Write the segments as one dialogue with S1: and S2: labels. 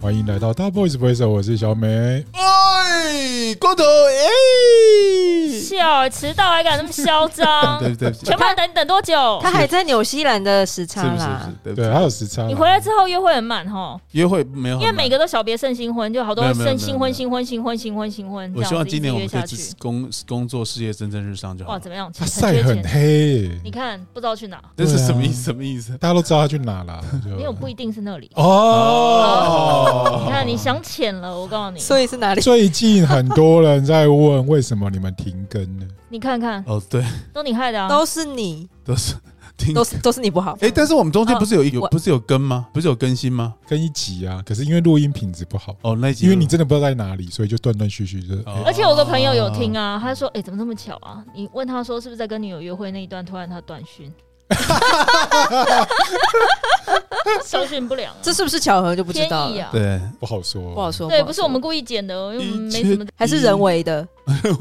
S1: 欢迎来到大 boys voice，我是小美。
S2: 哎，光头，哎，
S3: 笑，迟到还敢那么嚣张？
S2: 对对不起，
S3: 全班等你等多久？
S4: 他还在纽西兰的时差
S2: 是不是？
S4: 啦，
S2: 是不是对不
S1: 对，
S2: 起，
S1: 还有时差啦。
S3: 你回来之后约会很慢吼，
S2: 约会没有很忙，
S3: 因为每个都小别胜新婚，就好多
S2: 嗯没有没有
S3: 胜
S2: 没有
S3: 新
S2: 没有
S3: 婚、新婚、新婚、新婚、新婚。
S2: 我希望今年我们可以嗯
S3: 这样子一直约下去
S2: 工工作事业蒸蒸日上就好
S3: 哇，
S2: 了。
S3: 怎么样？
S1: 他
S3: 很
S1: 晒
S3: 缺
S1: 很
S3: 钱
S1: 黑，
S3: 你看不知道去哪，
S2: 这是什么意
S1: 对啊
S2: 思？什么意思？
S1: 大家都知道他去哪了。就
S2: 嗯
S3: 没有不一定是那里。
S1: 哦。
S3: 你看你想浅了，我告诉你，
S4: 所以是哪里？
S1: 最近很多人在问为什么你们停更呢？
S3: 你看看
S2: 哦，对，
S3: 都你害的啊。
S4: 都是你，
S2: 都是听
S4: 都。是都是你不好。
S2: 哎，但是我们中间
S3: 嗯
S2: 不是有有
S4: 我
S2: 不是有更吗？不是有更新吗？
S1: 跟一集啊，可是因为录音品质不好，
S2: 哦，那一集
S1: 因为你真的不知道在哪里，所以就断断续续就是。
S2: 哦
S1: 哎
S3: 而且我有个朋友有听啊，他说：“哎，怎么这么巧啊？”你问他说是不是在跟女友约会那一段，突然他短 讯，收讯不良啊，
S4: 这是不是巧合就不知
S3: 天
S4: 道
S3: 意
S4: 了，
S3: 啊。
S2: 对，
S1: 不好说，
S4: 不好。说。
S3: 对，
S4: 好
S3: 不是
S4: 说
S3: 我们故意剪的哦，因为我们没
S2: 一切
S3: 什么。
S4: 还是人为 的。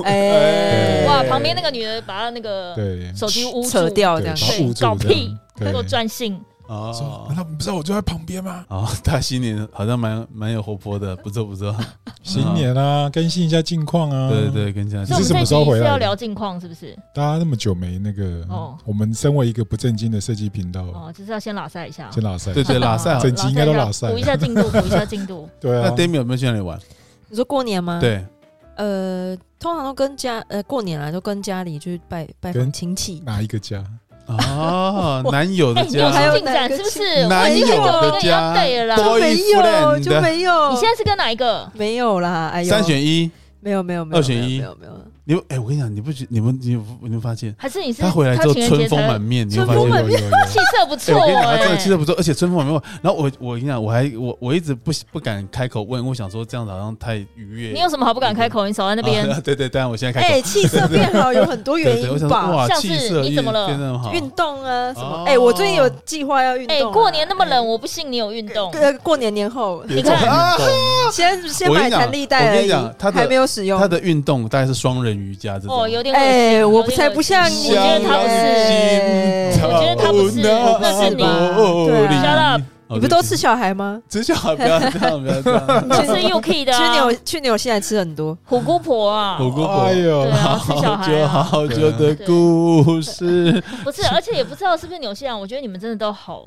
S1: 哎
S4: 哎，
S3: 哇，旁边那个女的把她那个
S1: 对，
S3: 手机捂住
S4: 扯，掉这
S1: 对，
S4: 样
S1: 把。
S3: 对
S1: 捂住
S3: 搞
S1: 这
S3: 屁
S1: 样
S3: 给我
S1: 对，
S3: 专心。
S1: 说
S2: 哦
S1: 难道你不知道我就在旁边吗？
S2: 哦，大新年好像蛮蛮有活泼的，不错不错。
S1: 新年啊，更新一下近况啊。
S2: 对对，跟你讲，
S1: 你
S3: 所以我
S1: 是什
S3: 们
S1: 么
S3: 这
S1: 时候
S3: 集
S1: 回
S3: 是
S1: 来的
S3: 要聊近况，是不是？
S1: 大家那么久没那个
S3: 哦，
S1: 我们身为一个不正经的设计频道，
S3: 哦，就是要先拉塞一下。
S1: 先拉塞。
S2: 对对，拉塞
S3: 好
S1: 整集应该都拉塞
S3: 补一下进 度，补一下进度。
S1: 对
S2: 那
S1: 啊，嗯
S2: Demi 有没有去哪里玩？
S4: 你说过年吗？。
S2: 对，
S4: 呃，通常都跟家呃过年啦，都跟家里去拜拜
S1: 跟
S4: 访亲戚。
S1: 哪一个家？
S2: 哦，男友的
S3: 哎，你有
S2: 家，
S4: 还
S3: 新
S4: 有
S3: 进展
S4: 哪
S3: 是
S4: 个
S3: 不是？
S4: 亲
S3: 我
S2: 男
S3: 已经很
S2: 友的
S3: 久没跟你 update
S2: 家
S3: 了啦。
S2: 多
S4: 就没
S2: boyfriend
S4: 有，
S2: 的
S4: 就没有。
S3: 你现在是跟哪一个？
S4: 没有啦，哎呦，
S2: 三选一。
S4: 没有没有没有
S2: 二选一
S4: 没有没有没有。
S2: 你有哎、我跟你讲，你不觉你们你有你有发现
S3: 还是你是
S2: 他回来之后
S3: 情人节
S2: 春风
S3: 才
S2: 满面，你有发
S4: 春风
S2: 现
S1: 有
S2: 吗？
S4: 满
S1: 有有有，
S3: 气色不
S2: 哎、
S3: 错
S2: 我跟你讲，他真
S3: 哎
S2: 的。气得不错，而且春风满面。然后我我跟你讲，我还我我一直不不敢开口问，我想说这样子好像太愉悦。
S3: 你有什么好不敢开口？你守在那边，
S2: 啊对对，当然我现在开口。
S4: 哎，气色变好有很 多
S2: 对
S4: 原
S2: 对，我
S4: 因
S2: 想说
S4: 吧。
S2: 哇，
S3: 像是
S2: 气色
S3: 你怎么了
S2: 变得很好。
S4: 运动啊什
S2: 哦
S4: 么？哎，我最近有计划要运动
S3: 哎，
S4: 啊。
S3: 过年那么
S4: 哎
S3: 冷，，我不信你有运动。
S4: 呃，过年年 后
S2: 别
S3: 你
S2: 这么
S3: 看
S2: 运动
S4: 先先
S2: 我跟
S4: 买
S2: 你讲
S4: 弹力带
S2: 我
S4: 而
S2: 跟你
S4: 已
S2: 讲他，的
S4: 还没有使用
S2: 他。的运动大概是双人瑜伽这种。
S3: 啊哦，有点恶心
S4: 哎、我
S3: 有
S4: 不
S3: 点
S4: 才
S3: 恶
S4: 不
S3: 心
S4: 像你哎
S3: 我觉得他不
S2: 哎
S3: 是。
S4: 耶
S3: 我觉得他不是那是你
S4: 对啊
S3: Shut up，
S4: 你不都吃小孩吗？
S2: 哦只想不要这样，不要这样。
S3: 你是 UK 的
S4: 去
S3: 啊
S4: 纽去纽西兰吃很多，
S3: 虎姑婆啊，
S2: 火锅
S1: 哎
S3: 对
S1: 呦，
S3: 啊，是小
S2: 好
S3: 孩
S2: 久
S3: 啊，
S2: 好久的故事，
S3: 不是，而且也不知道是不是纽西兰，我觉得你们真的都好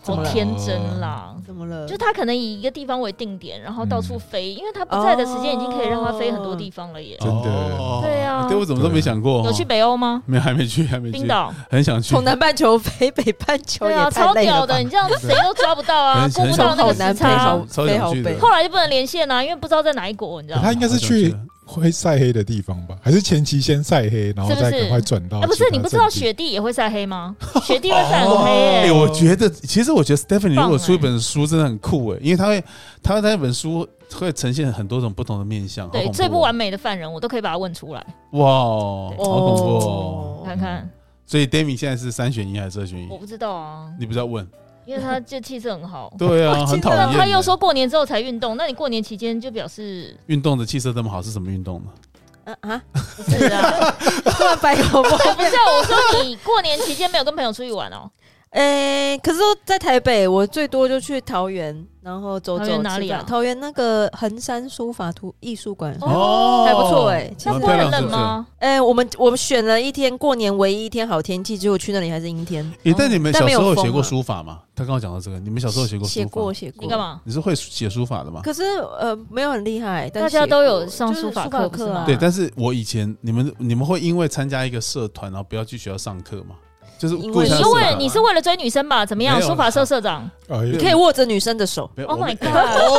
S4: 怎
S3: 好
S4: 么了
S3: 天
S2: 啊
S3: 真啦。
S4: 怎么了？
S3: 就他可能以一个地方为定点，然后到
S2: 嗯
S3: 处飞，因为他不在的时间已经可以让他飞很多地方了耶。
S1: 真的
S2: 哦
S3: 对啊
S2: 对我怎么都没想过。哦
S3: 有去北欧吗？
S2: 没有，还没去，还没去
S3: 冰，岛？
S2: 很想去。
S4: 从南半球飞北半球
S3: 对
S4: 哦也
S3: 啊，
S4: 太
S3: 超
S4: 累
S3: 屌
S4: 了吧
S3: 的，你这样谁都抓不 到啊，
S2: 很
S3: 顾不
S2: 很
S3: 到那
S4: 好
S3: 个
S4: 南
S3: 时
S4: 北
S3: 差
S4: 好，
S2: 超
S4: 北
S2: 想
S4: 好
S2: 去的
S4: 北，
S3: 后来就不能连线啊，因为不知道在哪一国，你知道吗
S1: 他？应该是去会晒黑的地方吧？还是前期先晒黑，然后再赶快转到
S2: 哦
S1: 其他阵地？
S3: 哎，不是，你不知道雪地也会晒黑吗？雪地会晒很黑耶
S2: 哎，我觉得，其实我觉得 Stephanie
S3: 棒
S2: 如果出一本书，真的很酷哎，因为他会，他会在那本书会呈现很多种不同的面相。好
S3: 对，
S2: 恐怖
S3: 最不
S2: 哦
S3: 完美的犯人，我都可以把他问出来。
S2: 哇哦，
S3: 对
S2: 好恐怖哦！
S3: 看看，
S2: 所以 Demi 现在是三选一还是二选一
S3: 我？不知道啊，
S2: 你不是要问？
S3: 因为他就气色很好。
S2: 对啊，很讨
S3: 但
S2: 厌。
S3: 他又说过年之后才运动，那你过年期间就表示
S2: 运动的气色这么好是什么运动呢？
S4: 嗯啊，
S3: 不是 啊？
S4: 突然白口沫。
S3: 不是啊，我说你过年期间没有跟朋友出去玩哦，
S4: 哎、可是都在台北，我最多就去桃园，然后走走。
S3: 桃园哪里啊
S4: 吃饭桃园那个横山书法图艺术馆。
S3: 哦
S4: 还不错哎其实
S3: 那
S4: 蛮
S3: 不会很冷？啊吗？
S4: 哎、我们我们选了一天过年唯一一天好天气，结果去那里还是嗯阴天。
S2: 诶，但你们
S4: 但
S2: 小
S4: 没
S2: 时
S4: 有
S2: 候有
S4: 风
S2: 写过
S4: 啊
S2: 书法吗？他刚刚讲到这个，你们小时候有写过
S4: 写
S2: 书
S4: 过
S2: 法？
S4: 写过。
S3: 你干嘛？
S2: 你是会写书法的吗？
S4: 可是呃，没有很厉害，但
S3: 大家
S4: 写
S3: 都
S4: 过
S3: 有上
S4: 就是
S3: 书
S4: 书
S3: 法课
S4: 课
S3: 不是吗
S4: 啊。
S2: 对，但是我以前你们你们会因为参加一个社团，然后不要去学校上课吗？就是
S4: 因为
S2: 故意
S3: 你
S2: 参加
S3: 是
S2: 社
S3: 为
S2: 团啊
S3: 了你是为了追女生吧？怎么样？
S2: 没有
S3: 书法社社长，
S1: 哎
S4: 你
S1: 呦，
S4: 可以握着女生的手，
S2: 没有
S3: Oh
S2: 我们
S3: my god
S2: 哦
S3: 解手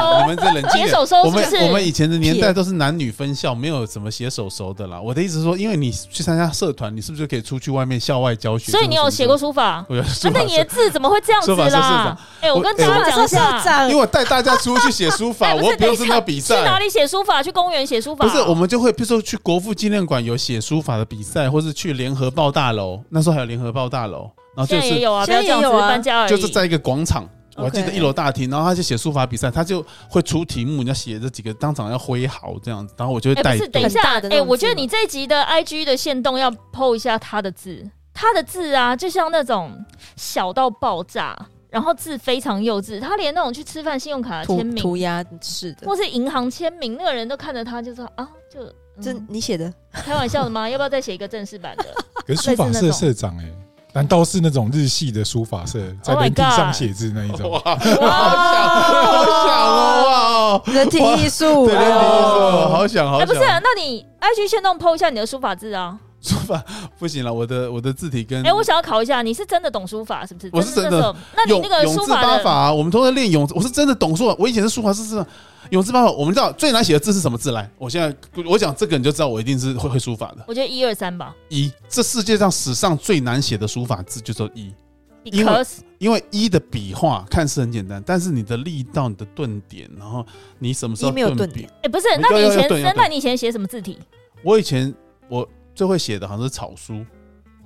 S2: 我跟你讲
S3: 收
S2: 你们这冷静
S3: 解
S2: 点。
S3: 手收
S2: 我
S3: 是不
S2: 们
S3: 是？
S2: 我们以前的年代
S4: 撇
S2: 都是男女分校，没有什么写手熟的啦。我的意思是说，因为你去参加社团，你是不是就可以出去外面校外教学？
S3: 所以你有写过
S2: 书？
S3: 书法？
S2: 我有
S3: 啊
S2: 书法
S3: 那你
S2: 社，
S3: 的字怎么会这样子
S2: 书法社社
S3: 啦
S2: 长？
S3: 哎，我跟
S2: 我
S3: 大家讲一
S4: 社
S3: 下，
S4: 长
S2: 因为我带大家出去写书法，
S3: 哎不是
S2: 我不用真的比
S3: 去哪
S2: 赛。
S3: 里写书法？去公园写书法？
S2: 不是，我们就会，比如说去国父纪念馆有写书法的比赛，或是去联合报大楼，那时候还有联合报大楼，然后就
S3: 现在也
S2: 是
S3: 有啊，不
S4: 现
S3: 要
S4: 在
S3: 这样
S4: 也
S3: 子
S4: 有啊
S3: 搬家而已。
S2: 就是在一个广场，我还
S4: OK
S2: 记得一楼大厅，然后他就写书法比赛，他就会出题目，你要写这几个，当场要挥毫这样子，然后我就会
S3: 哎，
S2: 带
S3: 不
S2: 动。
S3: 是，等一下，
S4: 很大的那
S3: 哎、
S4: 种
S3: 我觉得
S4: 字
S3: 你这一集的 IG 的线动要 PO 一下他的字，他的字啊，就像那种小到爆炸，然后字非常幼稚，他连那种去吃饭信用卡的
S4: 涂
S3: 签名，
S4: 涂鸦是的，
S3: 或是银行签名，那个人都看着他就说啊，就、嗯、
S4: 这你写的
S3: 开玩笑的吗？要不要再写一个正式版的？
S1: 可是书法社社长哎、难道是那种日系的书法社在
S3: Oh my
S1: 人体上
S3: God
S1: 写字那一种？
S2: 哇， 好想哦，哇哦，
S4: 人体艺术，
S2: 对对对，
S4: 哦
S2: 好想好
S3: 哎、不是、
S2: 想
S3: 啊，，那你 IG 先动 PO 一下你的书法字啊！
S2: 书法不行了，我的我的字体跟
S3: 哎、我想要考一下，你是真的懂书法是不是？
S2: 嗯我是真的
S3: 那时候那你
S2: 永
S3: 那个
S2: 永
S3: 书
S2: 字八
S3: 法
S2: 法
S3: 的
S2: 啊，我们都在练永字，我是真的懂书法。我以前是书法是真的永字八法，我们知道最难写的字是什么字来。我现在我讲这个，你就知道我一定是会会书法的。
S3: 我觉得一二三吧
S2: 一，这世界上史上最难写的书法字就叫一，因为
S3: ，because
S2: 因为一的笔画看似很简单，但是你的力道、你的顿点，然后你什么时候
S4: 一没有
S2: 顿
S4: 顿
S2: 笔
S4: 点，
S3: 哎、不是，那你以
S2: 要要对要
S3: 前
S2: 对
S3: 那你以前写什么字体？
S2: 我以前我最会写的好像是草书，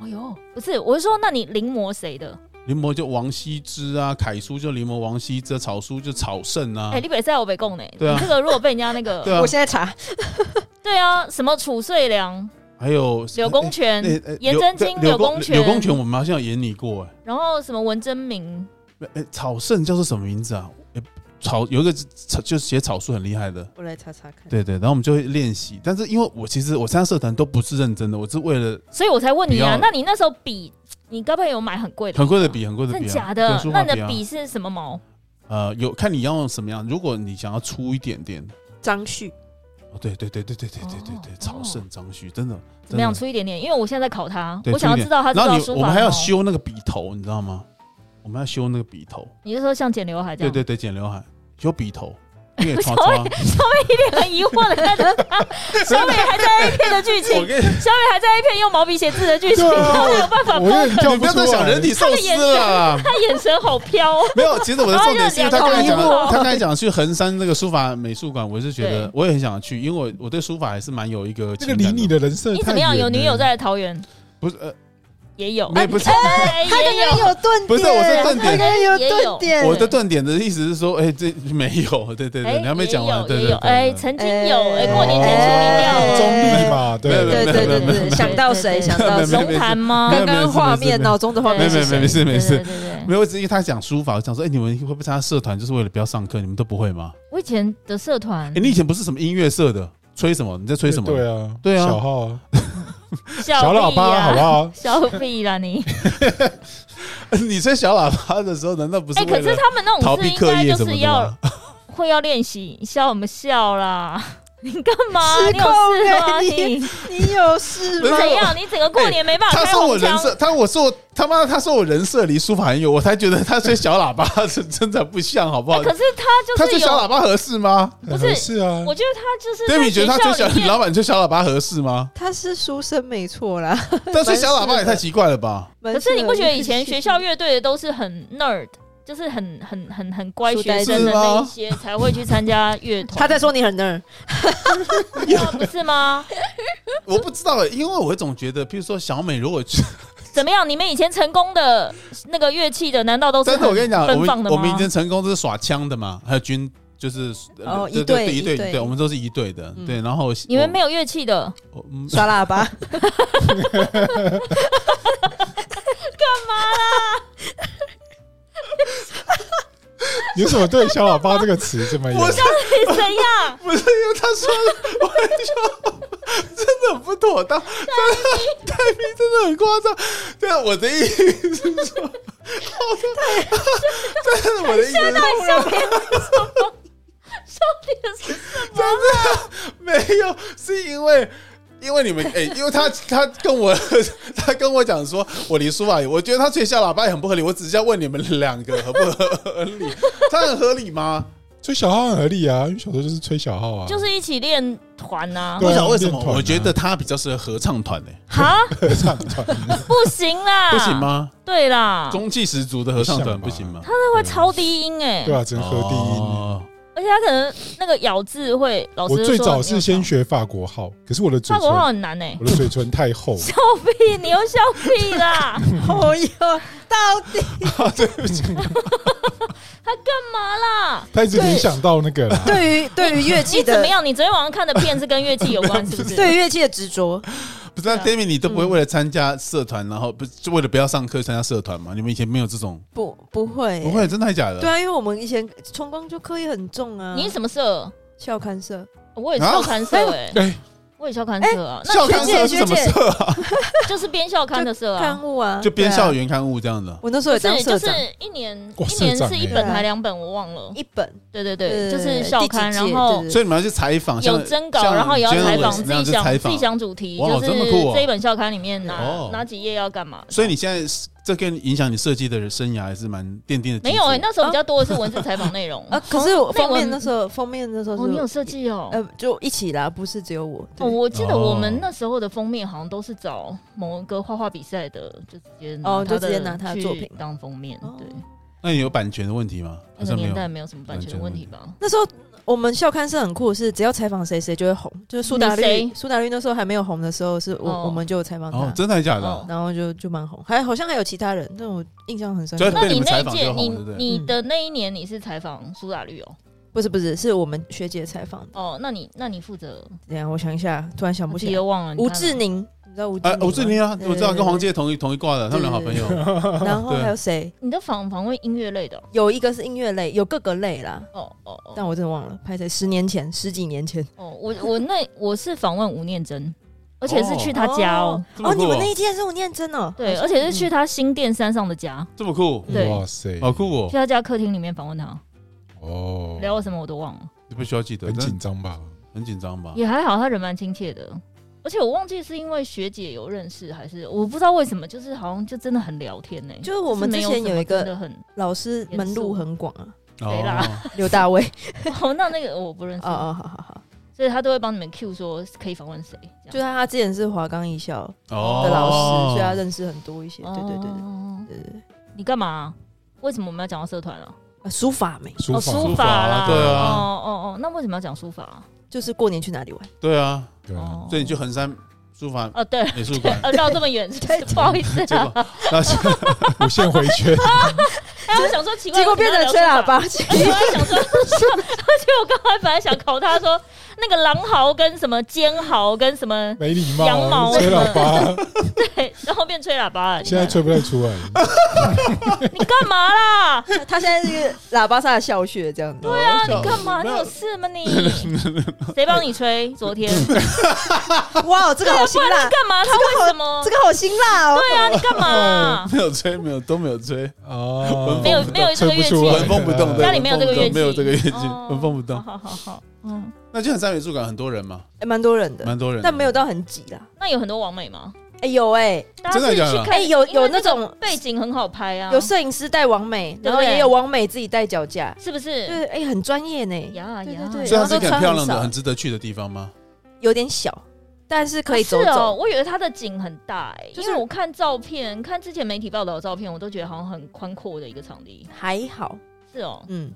S3: 哎呦，不是，我是说，那你临摹谁的？
S2: 临摹就王羲之啊，楷书就临摹王羲之，啊草书就草圣啊
S3: 哎、，你北赛我北贡呢？
S2: 对啊
S3: 你这个如果被人家那个，
S2: 对啊
S4: 我，现在查，
S3: 对啊，什么褚遂良、
S2: 还有
S3: 柳公权、
S2: 哎哎
S3: 颜
S2: 柳
S3: 真卿、
S2: 柳
S3: 柳公权、
S2: 柳公权，我们好像有演你过哎、
S3: 然后什么文征明，
S2: 哎草圣叫做什么名字啊？哎草有一个草就是写草书很厉害的，
S4: 我来查查看。
S2: 对对，然后我们就会练习。但是因为我其实我参加社团都不是认真的，我是为了
S3: 所以我才问你啊
S2: 不要。
S3: 那你那时候笔，你该不会有买很贵的？
S2: 很贵的，笔，很贵的
S3: 真
S2: 笔、
S3: 的
S2: 啊，
S3: 假
S2: 对
S3: 的？
S2: 书
S3: 那
S2: 法
S3: 你
S2: 笔、
S3: 的
S2: 啊，
S3: 笔是什么毛？
S2: 呃，有看你要用什么样。如果你想要粗一点点，
S4: 张旭，
S2: 哦，对对对对对对对对对，
S3: 哦
S2: 草圣张旭真的
S3: 怎么样？
S2: 真的
S3: 出一点点，因为我现在在考他，
S2: 对
S3: 我想要
S2: 出一点
S3: 知道他知
S2: 然后
S3: 道
S2: 你
S3: 书法。
S2: 我们还要，修那个笔头，你知道吗？我们要修那个笔头，
S3: 你就说像剪刘海
S2: 对
S3: 这样，
S2: 对对，剪刘海，修笔头，因为
S3: 稍
S2: 刷
S3: 微
S2: 刷。
S3: 对，很疑惑的看着 他。小美还在 A 片的剧情，
S2: 我跟 你
S3: 小美还在 A 片用毛笔写字的剧情，
S1: 对啊
S3: 他有办法
S1: 我有
S3: 吗？
S1: 点跳
S2: 你不
S1: 不
S2: 要
S1: 出
S2: 再
S1: 来。
S2: 想人体
S3: 啊
S2: 寿司了啦。
S3: 他眼神好飘哦，
S2: 没有，其实我的重点是 因为他刚才讲
S3: 然后就两个
S2: 的，
S3: 人
S2: 他刚才讲去衡山那个书法美术馆，我是觉得
S3: 对
S2: 我也很想去，因为我我对书法还是蛮有一个
S1: 这个
S2: 情
S1: 离
S2: 感哦
S1: 你
S2: 的，
S1: 的人设
S3: 你
S1: 太
S3: 怎么样？有女友
S1: 远了
S3: 在桃园
S2: 不是呃，
S3: 也有，
S2: 没不是
S3: 哎
S4: 他
S3: 也
S4: 刚
S3: 有
S4: 刚有顿点，
S2: 不是我是顿点
S4: 他刚刚有
S3: 也有
S4: 顿点，
S2: 我的断点的意思是说，哎，这没有，对对对，你还没讲完，
S3: 哎也
S2: 对
S3: 有也
S2: 对
S3: 有，哎，
S2: 对。
S3: 曾经有，哎，过年前
S1: 哦
S3: 处理掉了
S4: 哎
S1: 中立嘛，对啊
S2: 没有
S4: 对对对对，想到谁想到
S2: 没有
S4: 谁
S2: 没有。
S3: 龙潭吗？
S2: 没有
S4: 刚刚画面脑中的画面
S2: 没
S4: 是
S2: 有没有
S4: 谁
S2: 没？事没
S3: 对
S2: 事
S3: 对，对对
S2: 没有，只是因为他讲书法，我想说，哎，你们会不会参加社团，就是为了不要上课？你们都不会吗？
S3: 我以前的社团
S2: 哎，你以前不是什么音乐社的，吹什么？你在吹什么？
S1: 对啊，
S2: 对啊
S1: 小号啊，
S3: 小
S1: 小喇叭，好不
S3: 好？
S1: 好？
S3: 小屁啦你！
S2: 你吹小喇叭的时候，难道不是
S3: 哎，可
S2: 为
S3: 是
S2: 了
S3: 他们那
S2: 逃
S3: 种是
S2: 避
S3: 应
S2: 课
S3: 该
S2: 业
S3: 就
S2: 什么
S3: 是
S2: 的
S3: 要
S2: 吗？
S3: 会要练习，笑什么笑啦？ 你干嘛？
S4: 失
S3: 你有
S4: 控
S3: 事吗？
S4: 哎你
S3: 你
S4: 你有 事
S2: 不是
S4: 吗？
S3: 怎样？你整个过年没办法
S2: 他
S3: 开
S2: 说我
S3: 红
S2: 人
S3: 腔？
S2: 设，他我说我他妈他说我人设离书法很远，我才觉得他吹小喇叭是 真的不像，好不
S3: 哎
S2: 好？
S3: 可是他
S2: 他
S3: 就是
S2: 吹小
S3: 有，
S2: 喇叭合适吗？
S3: 不是
S1: 很合适啊，
S3: 我觉得他就是
S2: 对，
S3: 在
S2: 你觉
S3: 学
S2: 得他吹
S3: 校
S2: 小
S3: 里面
S2: 老板吹小喇叭合适吗？
S4: 他是书生没错啦，
S2: 但吹小喇叭也太奇怪了吧？
S4: 可
S3: 可是你不觉得以前学校乐队的都是很 nerd，就是很很很很乖
S4: 书呆
S3: 学
S4: 子
S3: 生的
S2: 是吗
S3: 那一些才会去参加乐团？
S4: 他在说你很 nerd，
S3: 啊不是吗？
S2: 我不知道欸，因为我总觉得，譬如说小美如果去，
S3: 怎么样？你们以前成功的那个乐器的，难道都是
S2: 但是
S3: 很
S2: 我跟你讲，我
S3: 奔放
S2: 们
S3: 的
S2: 我
S3: 吗？
S2: 们以前成功都是耍枪的嘛，还有军就是
S4: 哦
S2: 对
S4: 一队
S2: 对
S4: 一
S2: 对一
S4: 队
S2: 对，我们都是一队的，
S4: 嗯
S2: 对。然后
S3: 你们没
S2: 有
S3: 有乐器 的，
S4: 耍喇叭，
S1: 你为什么对小喇叭这个词这么
S2: 我
S1: 远？
S3: 是怎样？
S2: 不是因为他说，我就真的很不妥当，但是太平真的很夸张。对啊，我的意思是说，好的，但是我的意思是
S3: 到底
S2: 说，
S3: 笑点是什么？笑点是什么？
S2: 没有，是因为。因为你们哎、因为他他跟我 他跟我讲说，我离书法远，我觉得他吹小喇叭也很不合理。我只是要问你们两个合不合理，他很合理吗？
S1: 吹小号很合理啊，因为小时候就是吹小号啊，
S3: 就是一起练团呐
S1: 对啊
S2: 不晓得为什么，
S1: 练团啊
S2: 我觉得他比较适合合唱团呢、欸
S3: 哈，
S1: 合唱团，
S3: 不行啦，
S2: 不行？吗？
S3: 对啊啦，
S2: 中气十足的合唱团
S1: 不
S2: 不
S1: 像
S2: 行
S1: 吧
S2: 吗？
S3: 这会超低音哎、
S1: 对啊，只能合第一。
S2: 哦
S3: 而且他可能那个咬字会，老师
S1: 我
S3: 就
S1: 最
S3: 说
S1: 早
S3: 你
S1: 是
S3: 有
S1: 先
S3: 唱
S1: 学法国号，可是我的嘴
S3: 法
S1: 唇
S3: 国，号很难哎、
S1: 我的嘴唇太厚，
S3: 笑屁，你又笑屁啦！
S4: 哦哟，到底
S3: 他干嘛啦？
S1: 他一直联想到那个啦。
S4: 对于对于乐器
S3: 啊你怎么
S4: 的 啊
S3: 样？你昨天晚上看的片是跟乐器有关，是不是？
S4: 对于乐器的执着，
S2: 不是，那
S3: 对啊
S2: David 你都不会为了参加社团，然后不是就为了不要上课参加社团吗？你们以前没有这种？
S4: 不不会、
S2: 不会，真的还假的？
S4: 对啊，因为我们以前崇光就课业很重啊。
S3: 你是什么社？
S4: 校刊社？
S3: 我也是校刊社哎、
S1: 哎，
S3: 我也校刊社啊，
S2: 校刊社是什么社啊？
S3: 那就是编校刊的社啊
S4: 刊。物啊，
S2: 就编
S4: 对啊
S2: 校园刊物这样的。
S4: 我那时候也当
S3: 是，就
S4: 社
S3: 是
S4: 长，
S3: 一年
S1: 哇
S3: 一
S1: 社
S3: 年
S1: 长
S3: 是一
S1: 哎
S3: 本还两本，我忘了。
S4: 一本
S3: 对对
S4: 对
S3: 对，就是校刊，然后
S4: 第几届
S2: 所以你们要去采访，啊像
S3: 有征稿，
S2: 像
S3: 然后也要采访
S2: journalist
S3: 自
S2: 那样
S3: 己
S2: 去
S3: 想
S2: 采
S3: 自
S2: 访
S3: 己。想主题，
S2: 哇
S3: 就是
S2: 这么酷哦
S3: 这一本校刊里面哪
S2: 哦
S3: 哪几页要干嘛。
S2: 所以你现在是这跟影响你设计的生涯还是蛮奠定的基础。
S3: 没有哎，那时候比较多的是文字采访内 容
S4: 啊，可是我
S3: 哦那我
S4: 封面那时候，封面那时候是
S3: 哦，你有设计 哦。
S4: 呃，就一起啦，不是只有我。对
S3: 哦，我记得我们
S2: 哦
S3: 那时候的封面好像都是找某一个画画比赛的，就直接拿
S4: 哦
S3: 他的
S4: 就直接拿他的作品
S3: 去当封面。
S4: 哦
S3: 对，
S2: 那你有版权的问题吗？好
S3: 那个
S2: 像没
S3: 年
S2: 有。
S3: 代没有什么版权的问题吧？
S4: 那时候我们校刊社很酷，是只要采访谁谁就会红，就是苏打
S3: 你谁
S4: 绿。苏打绿那时候还没有红的时候，是我、
S3: 哦
S4: 我们就有采访他，
S2: 哦，真的还假的
S3: 哦
S2: 啊？
S4: 然后就就蛮红，还好像还有其他人，但我印象很深
S2: 所以
S4: 刻。
S3: 那
S2: 被你们
S3: 那
S2: 采
S3: 一
S2: 访
S3: 届，
S2: 就红
S3: 你
S2: 对不对
S3: 你的那一年你是采访苏打绿哦？
S4: 不是不是，是我们学姐采访的。
S3: 哦，那你那你负责，
S4: 等一下我想一下，突然想不
S3: 我自
S4: 起来。
S3: 己又忘了。你
S4: 吴
S3: 看
S4: 志
S3: 啊，
S4: 宁，你知道吴志
S2: 哎，
S4: 宁
S2: 我志
S4: 吗
S2: 宁啊，
S4: 对
S2: 我知道
S4: 对
S2: 跟黄
S4: 对
S2: 玠同一同一挂的，他们俩好朋友。
S3: 哦
S4: 然后
S2: 对
S4: 还有谁？
S3: 你的访访问音乐类的哦
S4: 有一个是音乐类，有各个类啦，
S3: 哦哦哦
S4: 但我真的忘了，拍在十年前，十几年前。
S3: 哦，我我那我是访问吴念真，而且是
S2: 哦
S3: 去他家哦，
S2: 这么
S4: 哦，
S2: 酷
S4: 你们
S2: 哦嗯
S4: 那，一届是吴念真哦，
S3: 对，
S4: 好像
S3: 而且是去他新店山上的家，
S2: 这么酷，
S3: 对
S1: 哇塞，
S2: 好酷哦
S3: 去！他家客厅里面访问他，
S1: 哦，
S3: 聊了什么哦我都忘了，
S2: 你不需要记得，
S1: 很
S2: 但
S1: 紧张吧？
S2: 很紧张吧？
S3: 也还好，他人蛮亲切的。而且我忘记是因为学姐有认识，还是我不知道为什么，就是好像就真的很聊天呢、
S4: 就是我们
S3: 没
S4: 之前
S3: 什
S4: 有
S3: 么
S4: 一个
S3: 真 的很
S4: 老师门路很广啊，
S3: 谁啦
S2: 哦，
S4: 刘大卫。
S3: 哦，那那个我不认 识
S4: 哦，哦，好好好，
S3: 所以他都会帮你们 Q 说可以访问谁，
S4: 就是
S3: 是
S4: 他他之前是华冈艺校
S2: 哦
S4: 的老师，所以他认识很多一些。对对对对
S3: 对
S4: 对对对，
S3: 哦你干嘛、为什么我们要讲到社团啊？
S4: 啊书法美
S1: 书
S3: 哦，
S1: 法
S3: 书
S2: 书
S3: 法
S2: 法
S3: 啦，
S2: 对啊
S3: 哦哦哦，那为什么要讲书法啊？
S4: 就是过年去哪里玩？
S2: 对啊，
S1: 对啊，
S3: 哦
S2: 所以你去衡山书法
S3: 哦，对，
S2: 美术馆，
S3: 呃，绕这么远，是不是不好意思
S2: 结果
S3: 啊。
S2: 那是
S1: 无限回圈，
S3: 哎，我想说奇怪，
S4: 结果变成吹喇叭，
S3: 为什么要聊书法。而且我还想说，而且我刚才本来想考他说那个狼嚎跟什么尖嚎跟什么，
S1: 没礼
S3: 羊毛
S1: 貌，吹喇 叭，
S3: 对，然后变吹喇叭了。你
S1: 现在
S3: 看
S1: 吹不太 出来。
S3: 你干嘛啦？
S4: 他现在是一个喇叭萨的校穴这样子。
S2: 对啊
S3: 你干嘛？你有事吗你？谁帮你吹？昨天
S4: 哇，哦这个好辛辣，
S3: 干嘛？他为什么
S4: 这？个好辛辣哦。
S3: 对啊，你干嘛？
S2: 没有吹，没有都没有吹，
S1: 哦，
S3: 没有没有这个乐器
S1: 吹不出来
S2: 纹风不动，对
S3: 家里没有这个乐
S2: 纹风不
S3: 器，
S2: 动没有这个乐器
S3: 哦，
S2: 纹风不动。
S3: 好好好好，嗯，
S2: 那就衡山美术馆很多人嘛，
S4: 哎蛮多人的，
S2: 蛮多人的，
S4: 但没有到很挤啦。
S3: 那有很多网美吗？
S4: 哎有哎，
S3: 大家
S2: 真的
S3: 是
S2: 假的
S3: 去看
S4: 哎有
S3: 因为
S4: 有那
S3: 个
S4: 种
S3: 背景很好拍啊，
S4: 有摄影师带王美，
S3: 对
S4: 然
S3: 不
S4: 后
S3: 对
S4: 也有王美自己带脚架，
S3: 是不？
S4: 就是是哎很专业呢。
S3: 呀
S4: 对
S3: 呀，
S4: 对对
S2: 所以它是一个很漂亮
S4: 然后都穿很
S2: 的、
S4: 少
S2: 很值得去的地方吗？
S4: 有点小，但是可以走
S3: 是哦，
S4: 走。
S3: 我以为它的景很大哎、
S4: 就
S3: 因
S4: 是
S3: 为我看照片，看之前媒体报道的照片，我都觉得好像很宽阔的一个场地。
S4: 还好，
S3: 是哦，
S4: 嗯，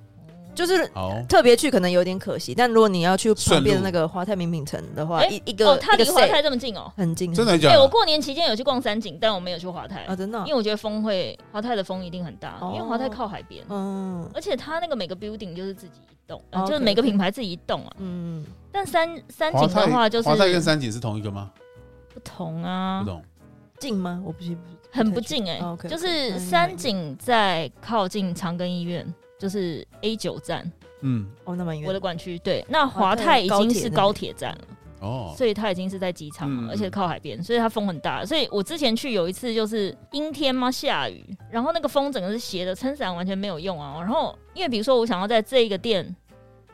S4: 就是
S2: 好，
S3: 嗯
S4: 特别去可能有点可惜，但如果你要去旁边
S2: 顺
S4: 的
S2: 路
S4: 那个华泰名品城的话，
S3: 哎
S4: 一一
S3: 哦，
S4: 个
S3: 它
S4: 一个
S3: 离华
S4: set
S3: 泰这么近哦。
S4: 很近，
S2: 真的
S3: 哎、
S2: 假
S3: 我
S2: 的？
S3: 过年期间有去逛三井，但我没有去华泰，
S4: 啊，真的
S3: 因
S4: 哦，
S3: 为我觉得风会华泰的风一定很大，
S4: 哦
S3: 因为华泰靠海边，
S4: 嗯
S3: 而且它那个每个 building 就是自己一栋、呃
S4: 哦
S3: 就是
S4: OK，
S3: 每个品牌自己一栋啊。
S4: 嗯，
S3: 但三三
S2: 华
S3: 井的话
S2: 泰
S3: 就是
S2: 华泰跟山景是同一个吗？
S3: 不同啊，
S2: 不懂。
S4: 近吗？我不是不是
S3: 很不
S4: 太确
S3: 近哎、
S4: 哦，OK，OK，
S3: 就是
S4: 嗯
S3: 山景在靠近长庚医院，就是 A 九站，
S2: 嗯，
S4: 哦，那蛮远
S3: 我的管区。对，那华
S4: 华泰
S3: 泰已
S4: 高
S3: 经
S4: 铁
S3: 是
S4: 那
S3: 高
S4: 边
S3: 铁站了，
S2: 哦，
S3: 所以它已经是在机场了，
S2: 嗯
S3: 而且靠海边，所以它风很大。所以我之前去有一次就是阴天嘛，下雨，然后那个风整个是斜的，撑伞完全没有用啊。然后因为比如说我想要在这一个店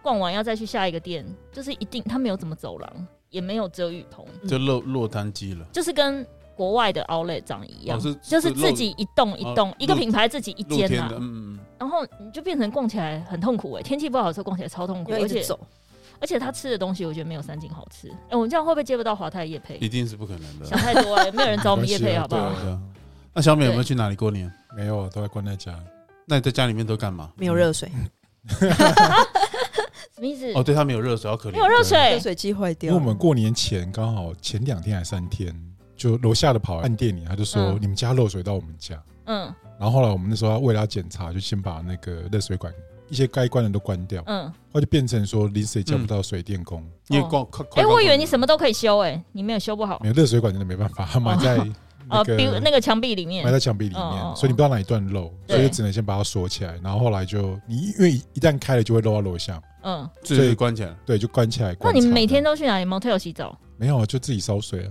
S3: 逛完，要再去下一个店，就是一定它没有怎么走廊，也没有遮雨棚，
S2: 就落落单机了。
S3: 就是跟。国外的 Outlet 长一样，
S2: 哦是
S3: 就是是自
S2: 露
S3: 己一栋一
S2: 哦
S3: 栋，一个
S2: 露
S3: 品牌自己一
S2: 露
S3: 间
S2: 天
S3: 啊
S2: 的，，嗯，嗯
S3: 然后你就变成逛起来很痛苦哎、天气不好的时候逛起来超痛苦，
S4: 因为
S3: 而
S4: 一
S3: 且
S4: 直走，
S3: 而且他吃的东西我觉得没有三井好吃。哎、我们这样会不会接不到华泰夜配
S2: 嗯？一定是不可能的。
S3: 想太多了、欸没有人找我们夜配好不
S1: 对
S3: 好
S1: 啊？
S2: 对啊那小美有没有去哪里过年？
S1: 没有，都在关在家。
S2: 那你在家里面都干嘛？
S4: 没有热水，
S3: 什么意思？
S2: 哦，对，他没有热水，好可怜。
S3: 没有热
S4: 热
S3: 水，
S4: 水器坏
S1: 因
S4: 掉
S1: 为
S4: 了。
S1: 我们过年前刚好前两天还三天，就楼下的跑来按店里，他就说
S3: 嗯
S1: 你们家漏水到我们家。
S3: 嗯，
S1: 然后后来我们那时候为了要检查，就先把那个热水管一些该关的都关掉，
S3: 嗯，
S1: 它就变成说临时也叫不到水电工，
S2: 因为光快快
S3: 哎，
S2: 光
S3: 我以为
S2: 光
S3: 你什么都可以修，哎，你没有修不好
S1: 没，有热水管真的没办法，它埋在那
S3: 呃，比如
S1: 个
S3: 那个墙壁里面
S1: 埋，在墙壁里
S3: 哦哦哦
S1: 面，所以你不知道哪一段漏，
S3: 对
S1: 所以就只能先把它锁起来，然后后来就你因为一旦开了就会漏到楼下，
S3: 嗯，
S2: 最关键了，
S1: 对，就关起来。
S3: 那
S1: 关
S3: 你们
S1: 插
S3: 每天
S1: 这样
S3: 都去哪里 motel 洗澡？
S1: 没有啊，就自己烧水啊，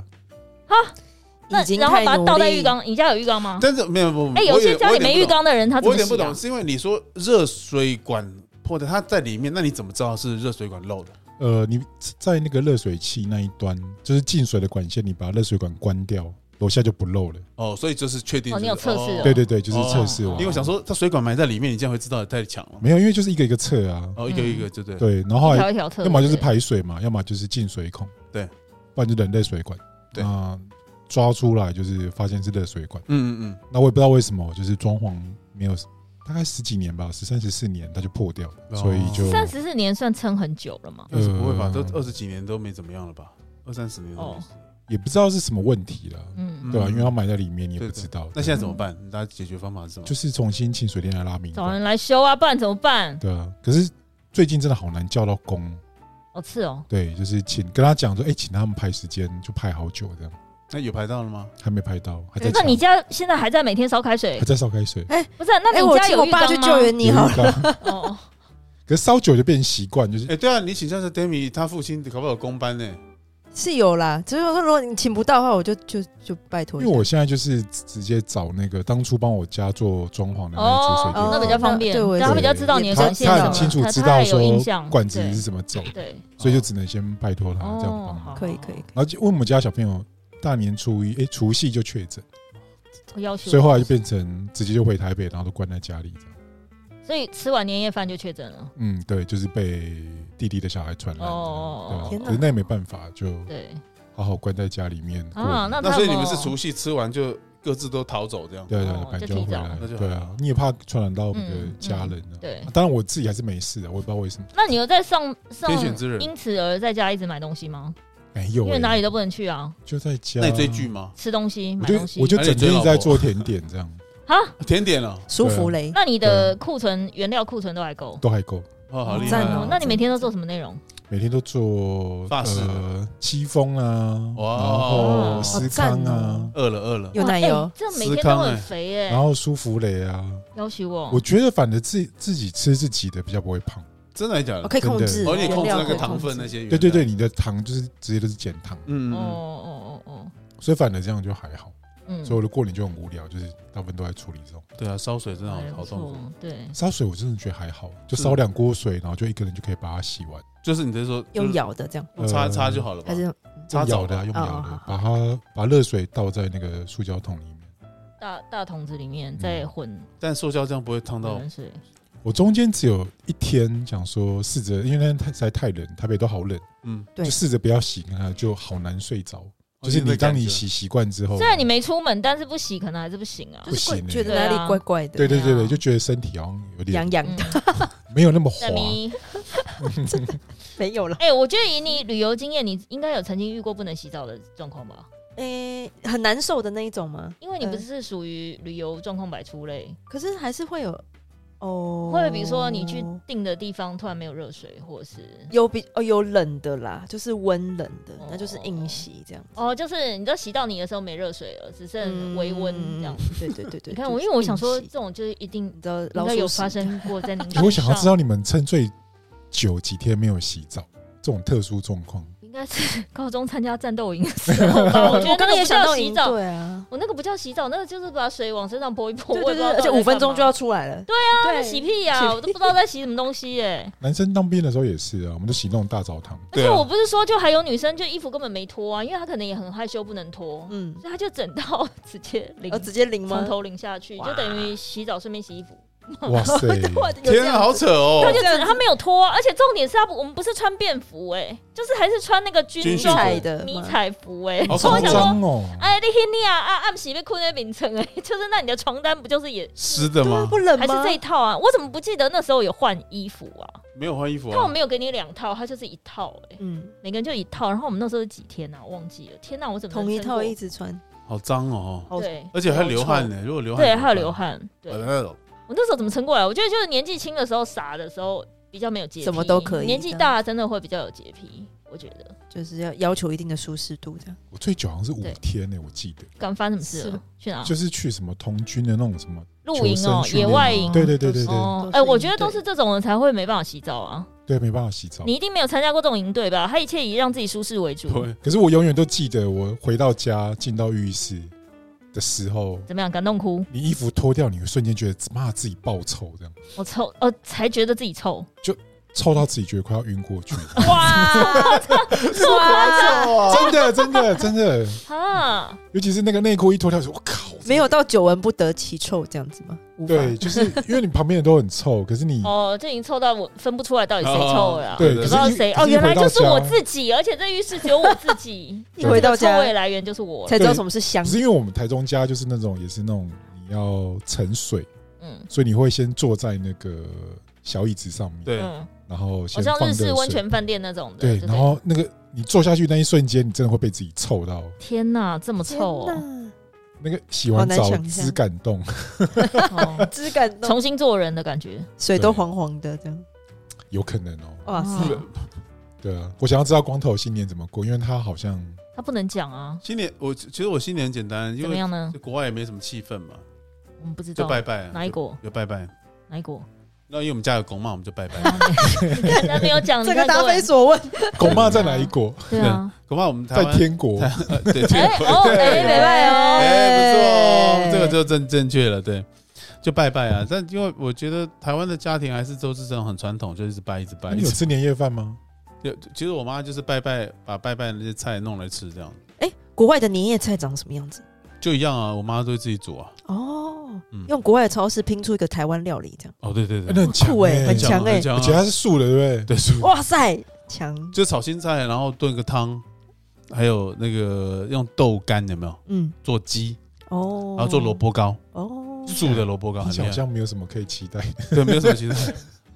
S3: 那
S4: 已经
S3: 然后
S4: 太
S3: 把它
S4: 努
S3: 倒在
S4: 力
S3: 浴。缸，你家有浴缸吗？
S2: 但是没有不，
S3: 哎，
S2: 我
S3: 有些
S2: 也
S3: 家里没浴，缸的人，
S2: 我
S3: 他怎
S2: 有
S3: 么
S2: 点不懂我有点不
S3: 洗啊
S2: 懂，？是因为你说热水管破的，它在里面，那你怎么知道是热水管漏的？
S1: 呃，你在那个热水器那一端，就是进水的管线，你把热水管关掉，楼下就不漏了。
S2: 哦，所以就是确定
S3: 哦
S2: 是
S3: 你有测试哦
S1: 对对对，就是测试
S3: 哦
S1: 完。
S2: 因为我想说，它水管埋在里面，你这样会知道也太强了。
S1: 没有，因为就是一个一个测啊，
S3: 嗯
S2: 哦，一个一个，对对
S1: 对，
S2: 对
S1: 然后后
S3: 一
S1: 来
S3: 条一条特，
S1: 要么就是
S3: 对不对
S1: 排水嘛，要么就是进水孔，
S2: 对，
S1: 不然就冷热水管。
S2: 对
S1: 那抓出来就是发现是热水管，
S2: 嗯嗯
S1: 那我也不知道为什么，就是装潢没有大概十几年吧，十三十四年它就破掉了，
S2: 哦
S1: 所以就
S3: 三十四年算撑很久了嘛？
S2: 嗯，但是不会吧？都
S1: 呃
S2: 二十几年都没怎么样了吧？二三十年都没
S3: 哦
S2: 事
S1: 也不知道是什么问题了，
S3: 嗯，
S2: 嗯
S1: 对啊吧、因为它埋在里面，你也不知道。
S2: 那现在怎么办？大家解决方法是什么？
S1: 就是重新请水电来拉民
S3: 找
S1: 工，
S3: 人来修啊，不然怎么办？
S1: 对啊。可是最近真的好难叫到工，
S3: 哦，是哦，
S1: 对，就是请跟他讲说，哎、请他们排时间，就排好久这样，
S2: 那有排到了吗？
S1: 还没排到，还在
S3: 那你
S1: 抢
S3: 家现在还在每天烧开水
S1: 还？在烧开水，
S3: 不是啊，那
S4: 哎，
S3: 你
S4: 我
S3: 家
S4: 请
S3: 有
S4: 我
S3: 浴
S4: 爸
S3: 缸
S4: 去
S3: 吗
S4: 救援你好了。
S1: 有浴缸
S3: 哦，
S1: 可是烧久就变习惯， 就是
S2: 哎，对啊，你请教一下 Demi，他父亲搞不好有公班呢。
S4: 是有啦，只是说如果你请不到的话，我就就就拜托
S1: 因
S4: 一
S1: 为
S4: 下。
S1: 我现在就是直接找那个当初帮我家做装潢的那一组水
S3: 哦
S1: 电，
S3: 那比较方便，
S4: 对我也
S3: 然后他比较知道你的管线
S1: 他
S3: 什
S1: 他
S3: 么，
S1: 很清楚
S3: 他
S1: 知
S3: 他
S1: 道
S3: 也有印
S1: 说
S3: 象
S1: 管子是怎么走，
S3: 对对，
S1: 所以就只能先拜托他这样帮
S3: 哦，
S1: 忙。
S3: 好，
S4: 可以可以，可
S1: 然后就因为我们家小朋友大年初一，哎，除夕就确诊，
S3: 我要求，
S1: 所以后来就变成直接就回台北，然后都关在家里这样。
S3: 所以吃完年夜饭就确诊了，
S1: 嗯，对，就是被弟弟的小孩传染这
S3: 哦
S1: 样，对
S4: 天
S1: 吧？
S4: 哪
S1: 可是那也没办法，就
S3: 对
S1: 好好关在家里面过
S3: 啊，
S1: 年。
S3: 那
S2: 那
S3: 他
S2: 所
S3: 有
S2: 以
S3: 没
S2: 你
S3: 有
S2: 们是除夕吃完就各自都逃走这样？
S1: 对对啊
S3: 哦
S1: 对，反
S3: 就
S1: 正就
S3: 提
S1: 回
S3: 早
S1: 来
S2: 那就，好
S1: 对啊，你也怕传染到你的
S3: 嗯
S1: 家
S3: 嗯
S1: 人啊。
S3: 对。
S1: 当然我自己还是没事的，啊我也不知道为什么。
S3: 那你有在上上
S2: 天选之人
S3: 因此而在家一直买东西吗？
S1: 没有、
S3: 因
S1: 欸，
S3: 为哪里都不能去啊，
S1: 就在家。
S2: 那你追剧？吗？
S3: 吃东西、
S1: 我
S3: 买
S1: 就
S3: 东西。
S1: 我就整天一直在做甜点，这 样
S3: 啊，
S2: 甜点了，
S4: 舒服嘞。
S3: 那你的库存原料库存都还够？
S1: 都还够。
S2: 哦，啊好厉害
S4: 赞
S2: 啊
S4: 哦！
S3: 那你每天都做什么内容？
S1: 每天都做
S2: 法式的
S1: 呃戚风啊，
S2: 哇
S1: 然后
S2: 哦
S1: 司康
S4: 好赞
S1: 啊
S4: 哦，
S2: 饿了饿了，
S4: 有奶
S3: 哇
S4: 油
S3: 哎，这每天都很肥哎、
S1: 然后舒芙蕾啊。
S3: 要求我
S1: 我，觉得反正自自己吃自己的比较不会胖。
S2: 真的还假
S4: 我
S2: 的？
S4: 哦可以控
S1: 真
S4: 制，
S1: 的
S2: 而且
S4: 原料
S2: 控制那
S4: 可
S2: 个
S4: 以
S2: 糖
S4: 控
S2: 分
S4: 制
S2: 那些。
S1: 对对对，，你的糖就是直接都是减糖，
S2: 嗯
S3: 哦
S2: 嗯嗯，
S3: 哦哦哦，
S1: 所以反正这样就还好。
S3: 嗯，
S1: 所以我的过年就很无聊，就是大部分都在处理这种
S2: 对啊，烧水真的好
S3: 哎还不
S2: 好痛苦。
S3: 错，对，
S1: 烧水，我真的觉得还好，就是烧两锅水，然后就一个人就可以把它洗完。
S2: 就是你在说
S4: 用，咬的这样，
S2: 就是擦擦就好了吧
S4: 还？是
S2: 擦
S1: 用
S2: 澡
S1: 舀的啊，
S2: 吧
S1: 用舀
S4: 哦好
S1: 的
S4: 好，
S1: 把它把热水倒在那个塑胶桶里面。
S3: 大大桶子里面
S2: 嗯
S3: 再混
S2: 但塑胶这样不会烫到
S3: 冷水，
S1: 我中间只有一天想说试着，因为那天太实在太冷，台北都好冷，
S2: 嗯，
S4: 对
S1: 就试着不要洗，看看就好难睡着。
S2: 哦
S1: 就是你当你，
S2: 那个感觉
S1: 洗习惯之
S2: 哦
S1: 后，
S3: 虽然你没出门，但是不洗可能还是不行啊
S1: 不，
S4: 就是
S1: 行
S4: 会
S1: 欸
S4: 觉得哪里怪怪的，
S1: 对对对
S3: 对
S1: 对，
S3: 啊
S1: 就觉得身体好像有点
S4: 痒痒
S3: 嗯
S4: 的，
S1: 没有那么滑
S3: 那。咪，
S4: 没有了。
S3: 哎，我觉得以你旅游经验，你应该有曾经遇过不能洗澡的状况吧？
S4: 诶，很难受的那一种吗？
S3: 因为你不是属于旅游状况百出类，
S4: 可是还是会有哦，
S3: 或者比如说你去订的地方突然没有热水，或是
S4: 有比哦有冷的啦，就是温冷的，那就是硬洗这样。
S3: 哦，就是你都洗到你的时候没热水了，只剩微温这样。
S4: 嗯嗯，对对对对。
S3: 你看
S4: 就
S3: 我，
S4: 是
S3: 因为我想说
S4: 硬
S3: 这
S4: 洗
S3: 种就是一定
S4: 你知道
S3: 应
S4: 老
S3: 该
S4: 鼠
S3: 有
S4: 屎
S3: 发生 过在您
S1: 我想要知
S3: 道，
S1: 道你们撑最久几天没有洗澡这种特殊状况，
S3: 应该是 高中参加战斗营的时候 吧。我觉得
S4: 我刚刚也想到
S3: 洗
S4: 赢
S3: 澡，
S4: 对啊，
S3: 我那个不叫洗澡，那个就是把水往身上泼一泼，
S4: 对
S3: 我也
S4: 对对，
S3: 不知道
S4: 而且
S3: 到底
S4: 五分钟
S3: 在干嘛
S4: 就要出来了。对啊
S3: 在洗屁呀、
S4: 洗屁
S3: 我都不知道在洗什么东西耶、
S1: 男生当兵的时候也是啊，我们就洗那种大澡 堂，
S3: 而
S2: 对
S3: 且
S2: 啊
S3: 我不是说，就还有女生就衣服根本没脱啊，因为她可能也很害羞不能脱，
S4: 嗯，
S3: 所以她就整套 直接淋
S4: 呃，，直接淋吗
S3: 从？头淋下去，
S4: 哇
S3: 就等于洗澡顺便洗衣服。
S1: 哇塞，
S2: 天啊，好扯哦
S3: 她！就
S4: 这样
S3: 整
S4: 子
S3: 她没有脱啊，而且重点是她不，我们不是穿便服哎、就是还是穿那个军
S2: 军训
S3: 装
S2: 服
S4: 彩的
S3: 迷
S4: 吗
S3: 彩服哎、
S2: 好
S3: 所以
S1: 夸
S3: 我想说。
S1: 张哦！
S3: 哎，你听你啊啊，暗喜被困在秉承哎， 就是那你的床单不就是也
S2: 湿的
S4: 对啊
S2: 吗？
S4: 不冷
S3: 还是
S4: 吗？
S3: 这一套啊？我怎么不记得那时候有换衣服啊？
S2: 没有换衣服
S3: 看我
S2: 啊？
S3: 没有给你两套，它就是一套哎、
S4: 嗯，
S3: 每个人就一套。然后我们那时候是几天啊？忘记了。天哪、我怎么能
S4: 同一
S3: 撑
S4: 套
S3: 过
S4: 一直穿，
S2: 好脏哦！
S4: 好
S3: 对
S2: 而且还流汗呢，如果流汗
S3: 对，还有流汗。对，
S2: 呃，
S3: 我那时候怎么撑过来？我觉得就是年纪轻的时候傻的时候比较没有洁癖，
S4: 什么都可以
S3: 年纪大了真的会比较有洁癖，我觉得。
S4: 就是要要求一定的舒适度这样。
S1: 我最久好像是五
S3: 对
S1: 天欸呢、我记得
S3: 敢发生什么事
S4: 是
S3: 了？去哪？
S1: 就是去什么童军的那种什么，
S3: 露营
S1: 求生
S3: 哦，
S1: 训
S3: 野
S1: 练啊
S3: 外营。
S1: 对对对对对、哦
S3: 哦，
S4: 都是
S3: 哎、我觉得
S4: 营队
S3: 都是这种人才会没办法洗澡啊！
S1: 对，没办法洗澡
S3: 你。一定没有参加过这种营队吧？他一切以让自己舒适为主。
S2: 对，
S1: 可是我永远都记得，我回到家进到浴室的时候，
S3: 怎么样？感动哭？
S1: 你衣服脱掉，你会瞬间觉得妈自己爆臭，这样
S3: 我臭，哦，才觉得自 己臭。
S1: 臭到自己觉得快要晕过去，
S3: 哇，
S2: 哇，
S1: 真的真的真的，
S3: 啊！
S1: 尤其是那个内裤一脱掉，我说我靠，
S4: 没有到久闻不得其臭这样子吗？无法
S1: 对，就是因为你旁边人都很臭，可是 你
S3: 哦，这已经臭到我分不出来到底谁臭了啦。
S1: 对，
S3: 不
S1: 可
S3: 知
S1: 是
S3: 道
S1: 一
S3: 谁
S1: 可
S3: 哦，
S1: 是一
S3: 原来
S1: 回到
S3: 就是我
S1: 家
S3: 自己，而且这浴室只有我自己，
S4: 一回 到
S3: 这
S4: 家
S3: 个臭味来源就是 我。
S4: 才知道什么是香
S1: 可。是因为我们台中家就是那种也是那种你要盛水，
S3: 嗯
S1: 所以你会先坐在那个小椅子上面，
S2: 对，
S3: 嗯，
S1: 然后先
S3: 我像
S1: 放
S3: 日
S1: 热
S3: 式
S1: 水
S3: 温泉饭店那种的。
S1: 对，
S3: 不
S1: 然后那个你坐下去那一瞬间，你真的会被自己臭到，
S3: 天哪，这么臭
S4: 天
S3: 哦！
S4: 哪，
S1: 那个洗完
S4: 好
S1: 澡
S4: 难想象
S1: 只感动，
S3: 哦
S4: 只感动，
S3: 重新做人的感觉。
S4: 水都黄黄的这样。
S1: 有可能哦。
S4: 哇塞，
S3: 哦
S1: 对啊，我想要知道光头新年怎么过，因为他好像
S3: 他不能讲啊，
S2: 新年我其实我新年很简单，因
S3: 怎么
S2: 为
S3: 样呢？
S2: 国外也没什么气氛嘛，
S3: 我们不知
S2: 就
S3: 道
S2: 拜拜啊，
S3: 哪一国，
S2: 就拜拜。
S3: 哪一国。
S2: 那因为我们家有公嘛，我们就拜 拜。
S3: 人家没有 讲，
S4: 这
S3: 你看
S4: 个答
S3: 各位
S4: 非所问。
S1: 狗妈在哪一 国？
S3: 对啊。
S2: 公嘛，我们台
S1: 在
S2: 湾
S1: 天国。
S2: 呃对，
S3: 哎
S2: 天国
S3: 哦
S2: 对
S3: 哎，没拜哦。
S2: 哎，不错哦，
S4: 哎
S2: 这个就正正确了，对，就拜拜啊。但因为我觉得台湾的家庭还是都是这种很传统，就一直拜，一直拜。
S1: 那
S2: 一
S1: 你有
S2: 直
S1: 吃年夜饭吗？
S2: 就其实我妈就是拜拜，把拜拜的那些菜弄来吃，这样
S4: 哎，国外的年夜菜长什么样子？
S2: 就一样啊。我妈都会自己煮啊。
S4: 哦
S2: 嗯，
S4: 用国外的超市拼出一个台湾料理这样。
S2: 哦，对对
S1: 哎
S2: 对，
S1: 那很强
S4: 酷
S1: 哎，
S4: 哎很强哎
S2: 很强
S1: 而
S2: 啊
S1: 且它是素的，对不对？
S2: 对素
S1: 哇，
S4: 哇塞，强。
S2: 就炒青菜，然后炖个汤，还有那个用豆干有没有
S4: 嗯，
S2: 做鸡，
S4: 哦，
S2: 然后做萝卜糕，
S4: 哦，
S2: 素的萝卜糕
S1: 听
S2: 很
S1: 起来
S2: 厉
S1: 好
S2: 害。
S1: 像没有什么可以期待。
S2: 对，没有什么其 他，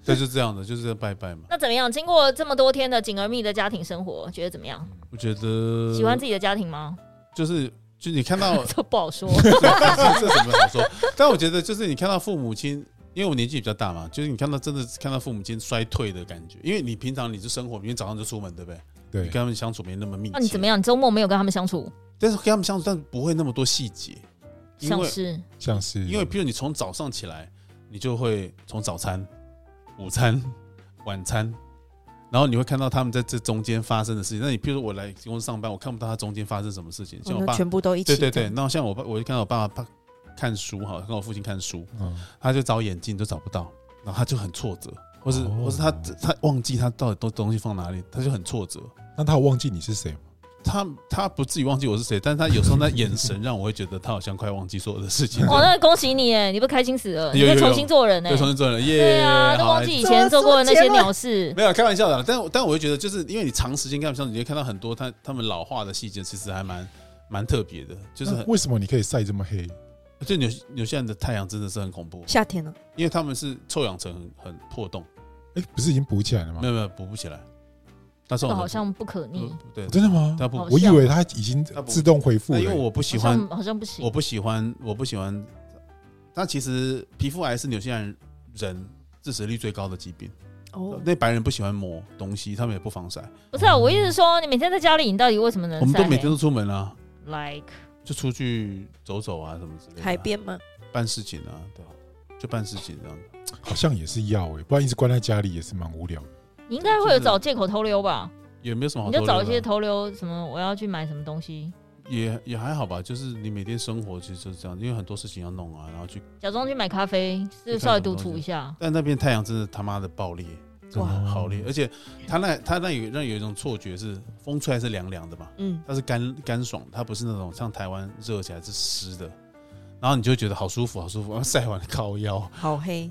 S2: 对，就这样的，就是拜拜嘛。
S3: 那怎么样？经过这么多天的紧而密的家庭生活，觉得怎么样？
S2: 我觉得
S3: 喜欢自己的家庭吗？
S2: 就是就你看到
S3: 这不好说。
S2: 这怎么好说？但我觉得就是你看到父母亲，因为我年纪比较大嘛，就是你看到真的是看到父母亲衰退的感觉，因为你平常你是生活，因为早上就出门，对不对？你
S1: 对
S2: 跟，他们相处没那么密切。
S3: 那你怎么
S2: 样？
S3: 样？你周末没有跟他们相处？
S2: 但是跟他们相处，但不会那么多细节，因
S3: 像
S2: 为
S3: 是
S1: 像是
S2: 因为譬如你从早上起来，你就会从早餐、午餐、晚餐。然后你会看到他们在这中间发生的事情。那你譬如我来公司上班，我看不到他中间发生什么事情。像
S4: 我
S2: 我
S4: 们
S2: 爸，
S4: 哦全部都一起
S2: 对对
S4: 这
S2: 对
S4: 样。，
S2: 那像我爸，我就看到我爸爸看书哈，看我父亲看书，
S1: 嗯
S2: 他就找眼镜都找不到，然后他就很挫折，或是、
S1: 哦
S2: 或是他他忘记他到底都东西放哪里，他就很挫折。
S1: 那他有忘记你是谁吗？
S2: 他他不至于忘记我是谁，但是他有时候那眼神让我会觉得他好像快忘记所有的事情。
S3: 哦，那恭喜你哎，你不开心死了，你
S2: 有
S3: 可以
S2: 有
S3: 重新做人哎
S2: 对，。重新做人耶，
S3: 对啊，都
S2: 好
S3: 忘记以前做过的那些鸟事。
S2: 没有开玩笑的啦，但但我会觉得，就是因为你长时间跟他们相处，你会看到很多他他们老化的细节，其实还蛮蛮特别的。就是
S1: 那
S3: 嗯
S2: 很
S1: 为什么你可以晒这么黑？
S2: 就纽纽西兰的太阳真的是很恐怖，
S4: 夏天呢？啊
S2: 因为他们是臭氧层很很破洞。
S1: 哎，不是已经补起来了吗
S2: 没？有没有补不起来，那时
S3: 这
S2: 候
S3: 个好像不可逆，
S2: 对，
S1: 真的吗？
S2: 他不
S3: 好，
S1: 我以为他已经
S2: 它不
S1: 自动恢复
S2: 那
S1: 了，
S2: 因为我不嗯喜
S3: 好
S2: 欢
S3: 像，好像不行
S2: 我。不喜欢，我不喜欢。那其实皮肤癌是纽西兰人致死率最高的疾病，
S4: 哦，
S2: 那白人不喜欢抹东西，他们也不防晒，
S3: 不是啊，我一直说你每天在家里，你到底为什么能
S2: 我
S3: 晒黑？
S2: 们都每天都出门啊，
S3: like
S2: 就出去走走啊什么之类的，
S4: 海边吗？
S2: 办事情啊，对吧？就办事情这样。
S1: 好像也是要哎，不然一直关在家里也是蛮无聊的。
S3: 你应该会有找借口偷溜吧？
S2: 也没有什么好
S3: 你
S2: 多
S3: 就
S2: 留的啊，
S3: 找一些偷溜，什么我要去买什么东西，
S2: 也也还好吧，就是你每天生活其实就是这样，因为很多事情要弄啊，然后去，
S3: 假装去买咖啡，是稍微独处一下。
S2: 但那边太阳真的他妈的爆裂，
S4: 哇
S1: 真的
S2: 好烈，而且它那它那有让有一种错觉是风吹来是凉凉的嘛，
S4: 嗯，
S2: 它是干干爽，它不是那种像台湾热起来是湿的，然后你就会觉得好舒服好舒服，然后晒完靠腰，
S4: 好黑，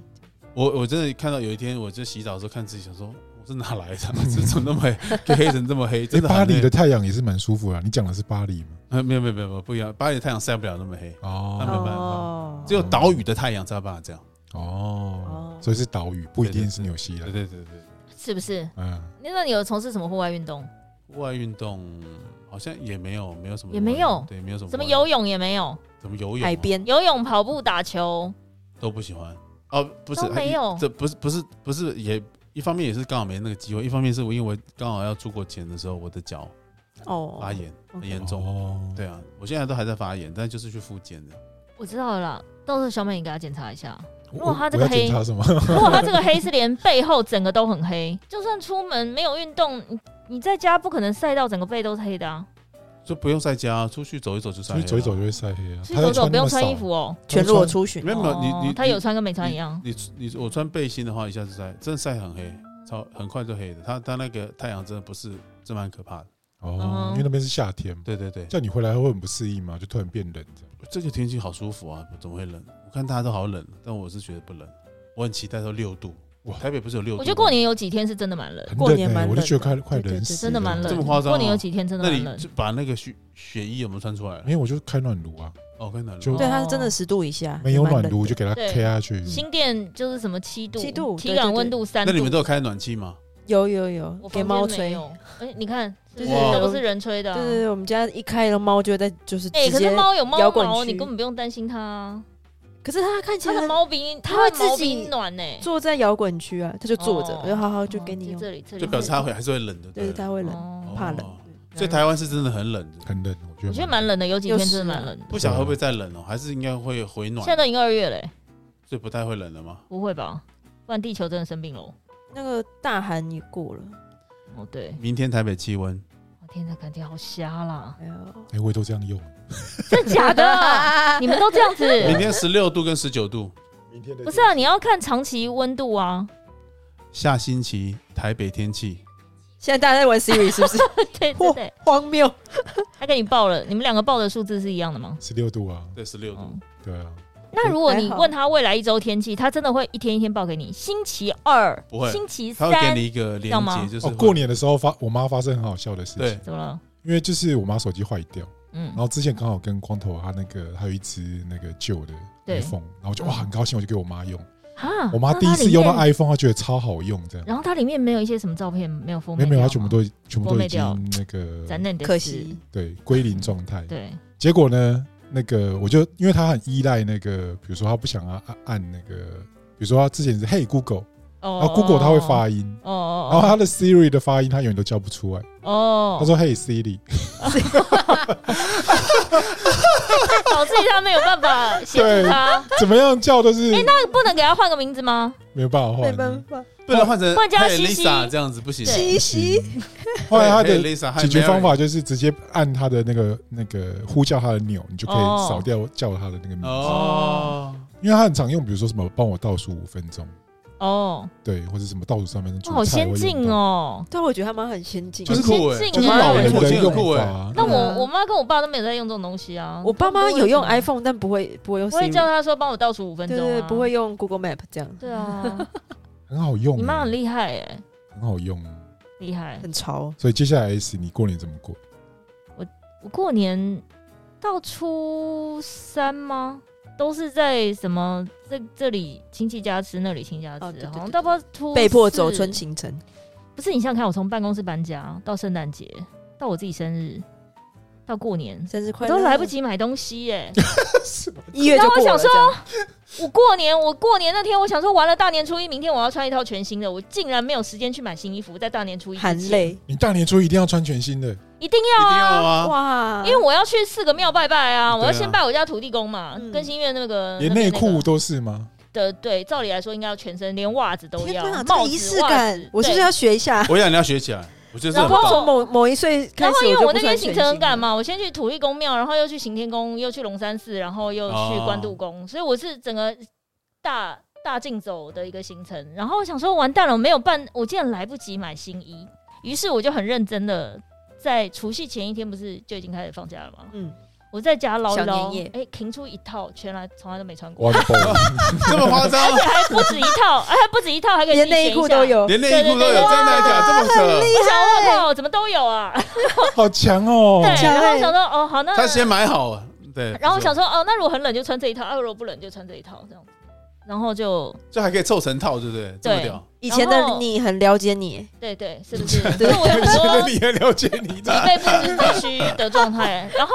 S2: 我我真的看到有一天我就洗澡的时候看自己想说我是哪来的， 这怎么那么黑，就黑成这么黑，
S1: 哎，
S2: 真的很
S1: 巴黎的
S2: 累
S1: 太阳也是蛮舒服啊。你讲的是巴黎吗？
S2: 呃没有没有没有没有不一样，巴黎的太阳晒不了那么黑，那没
S1: 哦
S2: 办法
S4: 哦，
S1: 嗯
S2: 只有岛屿的太阳才有办法这样，
S1: 哦
S4: 哦，
S1: 所以是岛屿，不一定是
S2: 对对对
S1: 纽西
S2: 对
S1: 兰。
S2: 对对对，
S3: 是不是？
S1: 嗯，
S3: 那那你有从事什么户外运动？
S2: 户外运动好像也没有没有什么
S3: 也没有
S2: 对没有什么
S3: 什么
S2: 户外
S3: 游泳也没有，
S2: 怎么游泳啊
S4: 海边
S3: 游泳、跑步、打球，
S2: 都不喜欢。哦，不是
S3: 都没有
S2: 这不是不是不是也一方面也是刚好没那个机会，一方面是我因为我刚好要出国前的时候，我的脚
S4: 哦，
S2: 发炎很严重，
S1: 哦，
S2: 对啊，我现在都还在发炎，但就是去复健的。
S3: 我知道了啦，到时候小美你给她检查 一下。
S1: 我，
S3: 如果他这个
S1: 我要检
S3: 黑
S1: 查什么？
S3: 如果她这个黑是连背后整个都很黑，就算出门没有运动，你你在家不可能晒到整个背都是黑的啊。
S2: 就不用晒家，出去走一走就晒
S1: 出去
S2: 黑了。
S1: 走一走就会晒黑啊。
S3: 所以
S1: 他
S3: 走
S1: 在
S3: 走不
S1: 那
S3: 用
S1: 么
S3: 穿
S1: 少
S3: 衣服哦。
S4: 全裸出巡
S2: 没，有没有，
S3: 哦
S2: 你你
S3: 她有穿跟没穿一样。
S2: 你你我穿背心的话，一下子晒，真的晒很黑，超很快就黑的。它它那个太阳真的不是，真蛮可怕的。
S1: 哦
S3: 嗯，
S1: 因为那边是夏天嘛。
S2: 对对对，
S1: 叫你回来会很不适应嘛，就突然变冷这样。
S2: 这个天气好舒服啊，怎么会冷？我看大家都好冷，但我是觉得不冷，我很期待到六度。
S1: 哇
S2: 台北不是有六度？
S3: 我觉得过。年有几天是真的呃蛮冷，
S1: 很
S4: 过年
S1: 冷欸
S4: 蛮
S1: 我就
S4: 冷
S1: 觉得
S4: 的
S1: 快快
S4: 对对
S1: 冷
S4: 对
S1: 死了，
S3: 真的蛮冷。
S2: 这么夸张哦
S3: 过年有几天真的
S2: 那
S3: 蛮
S2: 你
S3: 冷。
S2: 就把那个雪雪衣有没有穿出来了
S1: 没？有，我就开暖炉啊，
S3: 嗯
S2: 哦，跟你讲，
S1: 就
S4: 对，它是真的十度以下，
S1: 没有
S4: 蛮冷
S1: 暖炉
S4: 的
S1: 就给它
S3: 对
S1: 开下去。
S3: 新店就是什么七度，
S4: 七度
S3: 体感温度三度。
S2: 那你们都有开暖气吗？
S4: 有有有
S3: 我
S4: 给
S3: 房间
S4: 猫
S3: 没
S4: 吹
S3: 有。。哎，你看，
S4: 对
S3: 这
S2: 对对
S3: 都是人吹的啊。
S4: 对对对，我们家一开了猫就会在就是
S3: 哎，
S4: 直
S3: 可
S4: 接
S3: 是，猫有猫
S4: 摇滚
S3: 毛，
S4: 区
S3: 你根本不用担心它啊。
S4: 可是它看起
S3: 它
S4: 来
S3: 的
S4: 很
S3: 毛比
S4: 它会
S3: 它的毛
S4: 自己
S3: 比暖呢。
S4: 坐在摇滚区啊，它就坐着
S3: 哦，
S4: 我就好好就给你
S3: 哦
S4: 用，
S3: 这里这里，
S2: 就表示它会还是会冷的，
S4: 对，
S2: 了
S4: 它会冷，
S3: 哦
S4: 怕冷
S2: 哦。
S4: 对
S2: 所以台湾是真的很冷的，
S1: 很冷，我觉得。
S3: 我觉得蛮。冷的，有几天真的蛮冷的。
S2: 不晓得会不会再冷哦，还是应该会回暖
S3: 现，在都已经二月了欸，
S2: 所以不太会冷了吗？
S3: 不会吧？不然地球真的生病了哦。
S4: 那个大寒也过了，，
S3: 哦，对，
S2: 明天台北气温，
S3: 我天哪，感觉好瞎啦
S4: 哎呦，
S1: 哎，我也都这样用。
S3: 真的假 的？你们都这样
S2: 明
S3: 子？
S2: 天十六度跟十九度，
S1: 明天的
S3: 不是啊，你要看长期温度啊。
S2: 下星期台北天气，
S4: 现在大家在玩 Siri 是不 是？
S3: 对对对，
S4: 荒谬，
S3: 他给你报了，你们两个报的数字是一样的吗？
S1: 十六度啊，
S2: 对，十六度
S3: 嗯。
S1: 对啊，
S3: 那如果
S4: 还
S3: 你
S4: 好
S3: 问他未来一周天气，他真的会一天一天报给你。星期二
S2: 不会
S3: 星期
S2: 他
S3: 三
S2: 会给你一个连
S3: 要吗
S2: 接，就是
S1: 哦，
S2: 会
S1: 过年的时候发我妈发生很好笑的事
S2: 对
S1: 情，
S3: 怎么了？
S1: 因为就是我妈手机坏掉，
S3: 嗯
S1: 然，后之前刚好跟光头啊她那个还有一只那个旧的
S3: 对
S1: iPhone，然后我就哇很高兴，我就给我妈用，
S3: 哈
S1: 我妈第一次用到，
S3: 那它里面
S1: iPhone，她觉得超好用，这样。
S3: 然后它里面没有一些什么照片，没有封
S1: 没
S3: 面
S1: 有
S3: 吗，
S1: 没有，她全部都全部
S3: 我
S1: 都
S3: 没
S1: 已经
S3: 掉
S1: 那个
S3: 展览的，
S4: 可惜，
S1: 对归零状态，
S3: 对，
S1: 结果呢，那个我就因为他很依赖那个，比如说他不想啊按按那个，比如说他之前是 Hey Google，然
S3: 哦
S1: 后 Google 他会发音，
S3: 哦
S1: 然后
S3: 哦
S1: 他的 Siri 的发音他永远都叫不出来。
S3: 哦哦，
S1: 他说 Hey Siri，
S3: 哦导致他没有办法协 助他，
S1: 怎么样叫都是
S3: 那不能给他换个名字吗？
S1: 没有办法
S4: 没
S1: 换
S4: 办
S1: 的。
S4: 法，
S2: 不能换成
S3: 换加
S2: 嘿
S3: 西西
S2: Lisa 这样子不行。
S4: 嘻
S3: 对
S4: 嘻，
S1: 后来他
S2: 嘿
S1: 的
S2: Lisa
S1: 解决方，法就是直接按他的那个那个呼叫他的钮，你就可
S3: 哦
S1: 以扫掉叫他的那个名
S2: Mary
S1: 字，
S2: 哦，
S1: 因为他很常用，比如说什么帮我倒数五分钟，
S3: 哦，
S1: 对，或者什么倒数三分钟，
S3: 哇好
S1: 煮菜
S3: 先
S1: 会用
S3: 进
S1: 到，
S3: 哦。
S4: 但我觉得他们很先进，
S2: 很酷哎，
S3: 先
S1: 就
S3: 进
S1: 是
S3: 啊
S1: 老人
S2: 我
S1: 的
S2: 觉得很酷
S1: 用法
S2: 哎。
S1: 啊。
S3: 那
S4: 对啊
S3: 我我妈跟我爸都没有在用这种东西啊。
S4: 我爸妈有用
S3: 他们
S4: iPhone，但不会不会用
S3: 不会叫
S4: Siri，
S3: 他说帮我倒数五分
S4: 对
S3: 钟、
S4: 对
S3: 啊，
S4: 对，不会。用 Google Map 这样，
S3: 对啊，
S1: 很好用欸，
S3: 你妈很厉害哎、
S1: 很好用。
S3: 厉害。
S4: 很潮，
S1: 所以接下来 S，你过年怎么过？
S3: 我过年到初三吗？都是在什么这这里亲戚家吃，那里亲戚家吃，
S4: 哦对对
S3: 好像到不知道初
S4: 被迫走
S3: 四
S4: 春行程，
S3: 不是你想想看，我从办公室搬家到圣诞节，到我自己生日，到过年，
S4: 生日快
S3: 我
S4: 乐，
S3: 都来不，及买东 西耶、
S4: 一月就过
S3: 然后我
S4: 了，
S3: 想说
S4: 这样
S3: 我过年，我过年那天，我想说完了，大年初一明天我要穿一套全新的，我竟然没有时间去买新衣服，在大年初一之前
S4: 含，泪，
S1: 你大年初一定要穿全新的，
S3: 一定
S2: 一
S3: 要
S2: 定要
S3: 啊。
S2: 啊！
S4: 哇，
S3: 因为我要去四个庙拜拜啊，
S2: 对啊
S3: 我要先拜我家土地公嘛，
S4: 嗯
S3: 跟新月那个
S1: 连
S3: 那
S1: 内
S3: 边那
S1: 裤
S3: 个
S1: 都是吗？
S3: 的，对，照理来说应该要全身，连袜子都
S4: 天
S3: 要
S4: 哪，，这
S3: 帽
S4: 个
S3: 子
S4: 仪式
S3: 袜
S4: 感
S3: 子，
S4: 我是不是要学一下？
S2: 我想你要学起来，我觉得这很
S3: 然后
S2: 棒。
S4: 从某某一岁
S3: 然
S4: 开
S3: 后
S4: 始，
S3: 因为
S4: 就
S3: 我
S4: 不
S3: 那天
S4: 穿
S3: 行
S4: 全
S3: 程很
S4: 新
S3: 赶
S4: 了，
S3: 嘛，我先去土地公庙，然后又去行天宫，又去龙山寺，然后又去
S1: 啊
S3: 关渡宫，所以我是整个大大竞走的一个行程。然后我想说，完蛋了，我没有办，我竟然来不及买新衣，于是我就很认真的在除夕前一天，不是就已经开始放假了吗？
S4: 嗯，
S3: 我在家捞一
S4: 小
S3: 捞
S4: 年夜，
S3: 哎，停出一套，全来从来都没穿过，
S1: 哇，
S2: 这么夸 张，
S3: 还不止一套，哎，还不止一套，还可以
S4: 连
S3: 自己选
S4: 内裤
S3: 一下
S4: 都。有，
S2: 连内衣裤都有，
S3: 对对对
S2: 真的假的？这么扯？
S3: 我想，我靠，怎么都有啊？
S1: 好强哦！
S3: 对，然
S4: 强
S3: 后
S4: 欸
S3: 我想说，哦，好，那
S2: 他先买好啊，对。
S3: 然
S2: 不
S3: 后
S2: 错
S3: 我想，说，哦，那如果很冷就穿这一套，啊，如果不冷就穿这一套这样子，然后就
S2: 就还可以凑成套，对不对？这么
S3: 对
S2: 屌，
S4: 以前的你很了解 你，
S3: 对对，是不是？
S4: 对
S3: 就是我有很
S1: 觉
S3: 多
S1: 得你很了解你
S3: 脊背不知所需的状态，然后。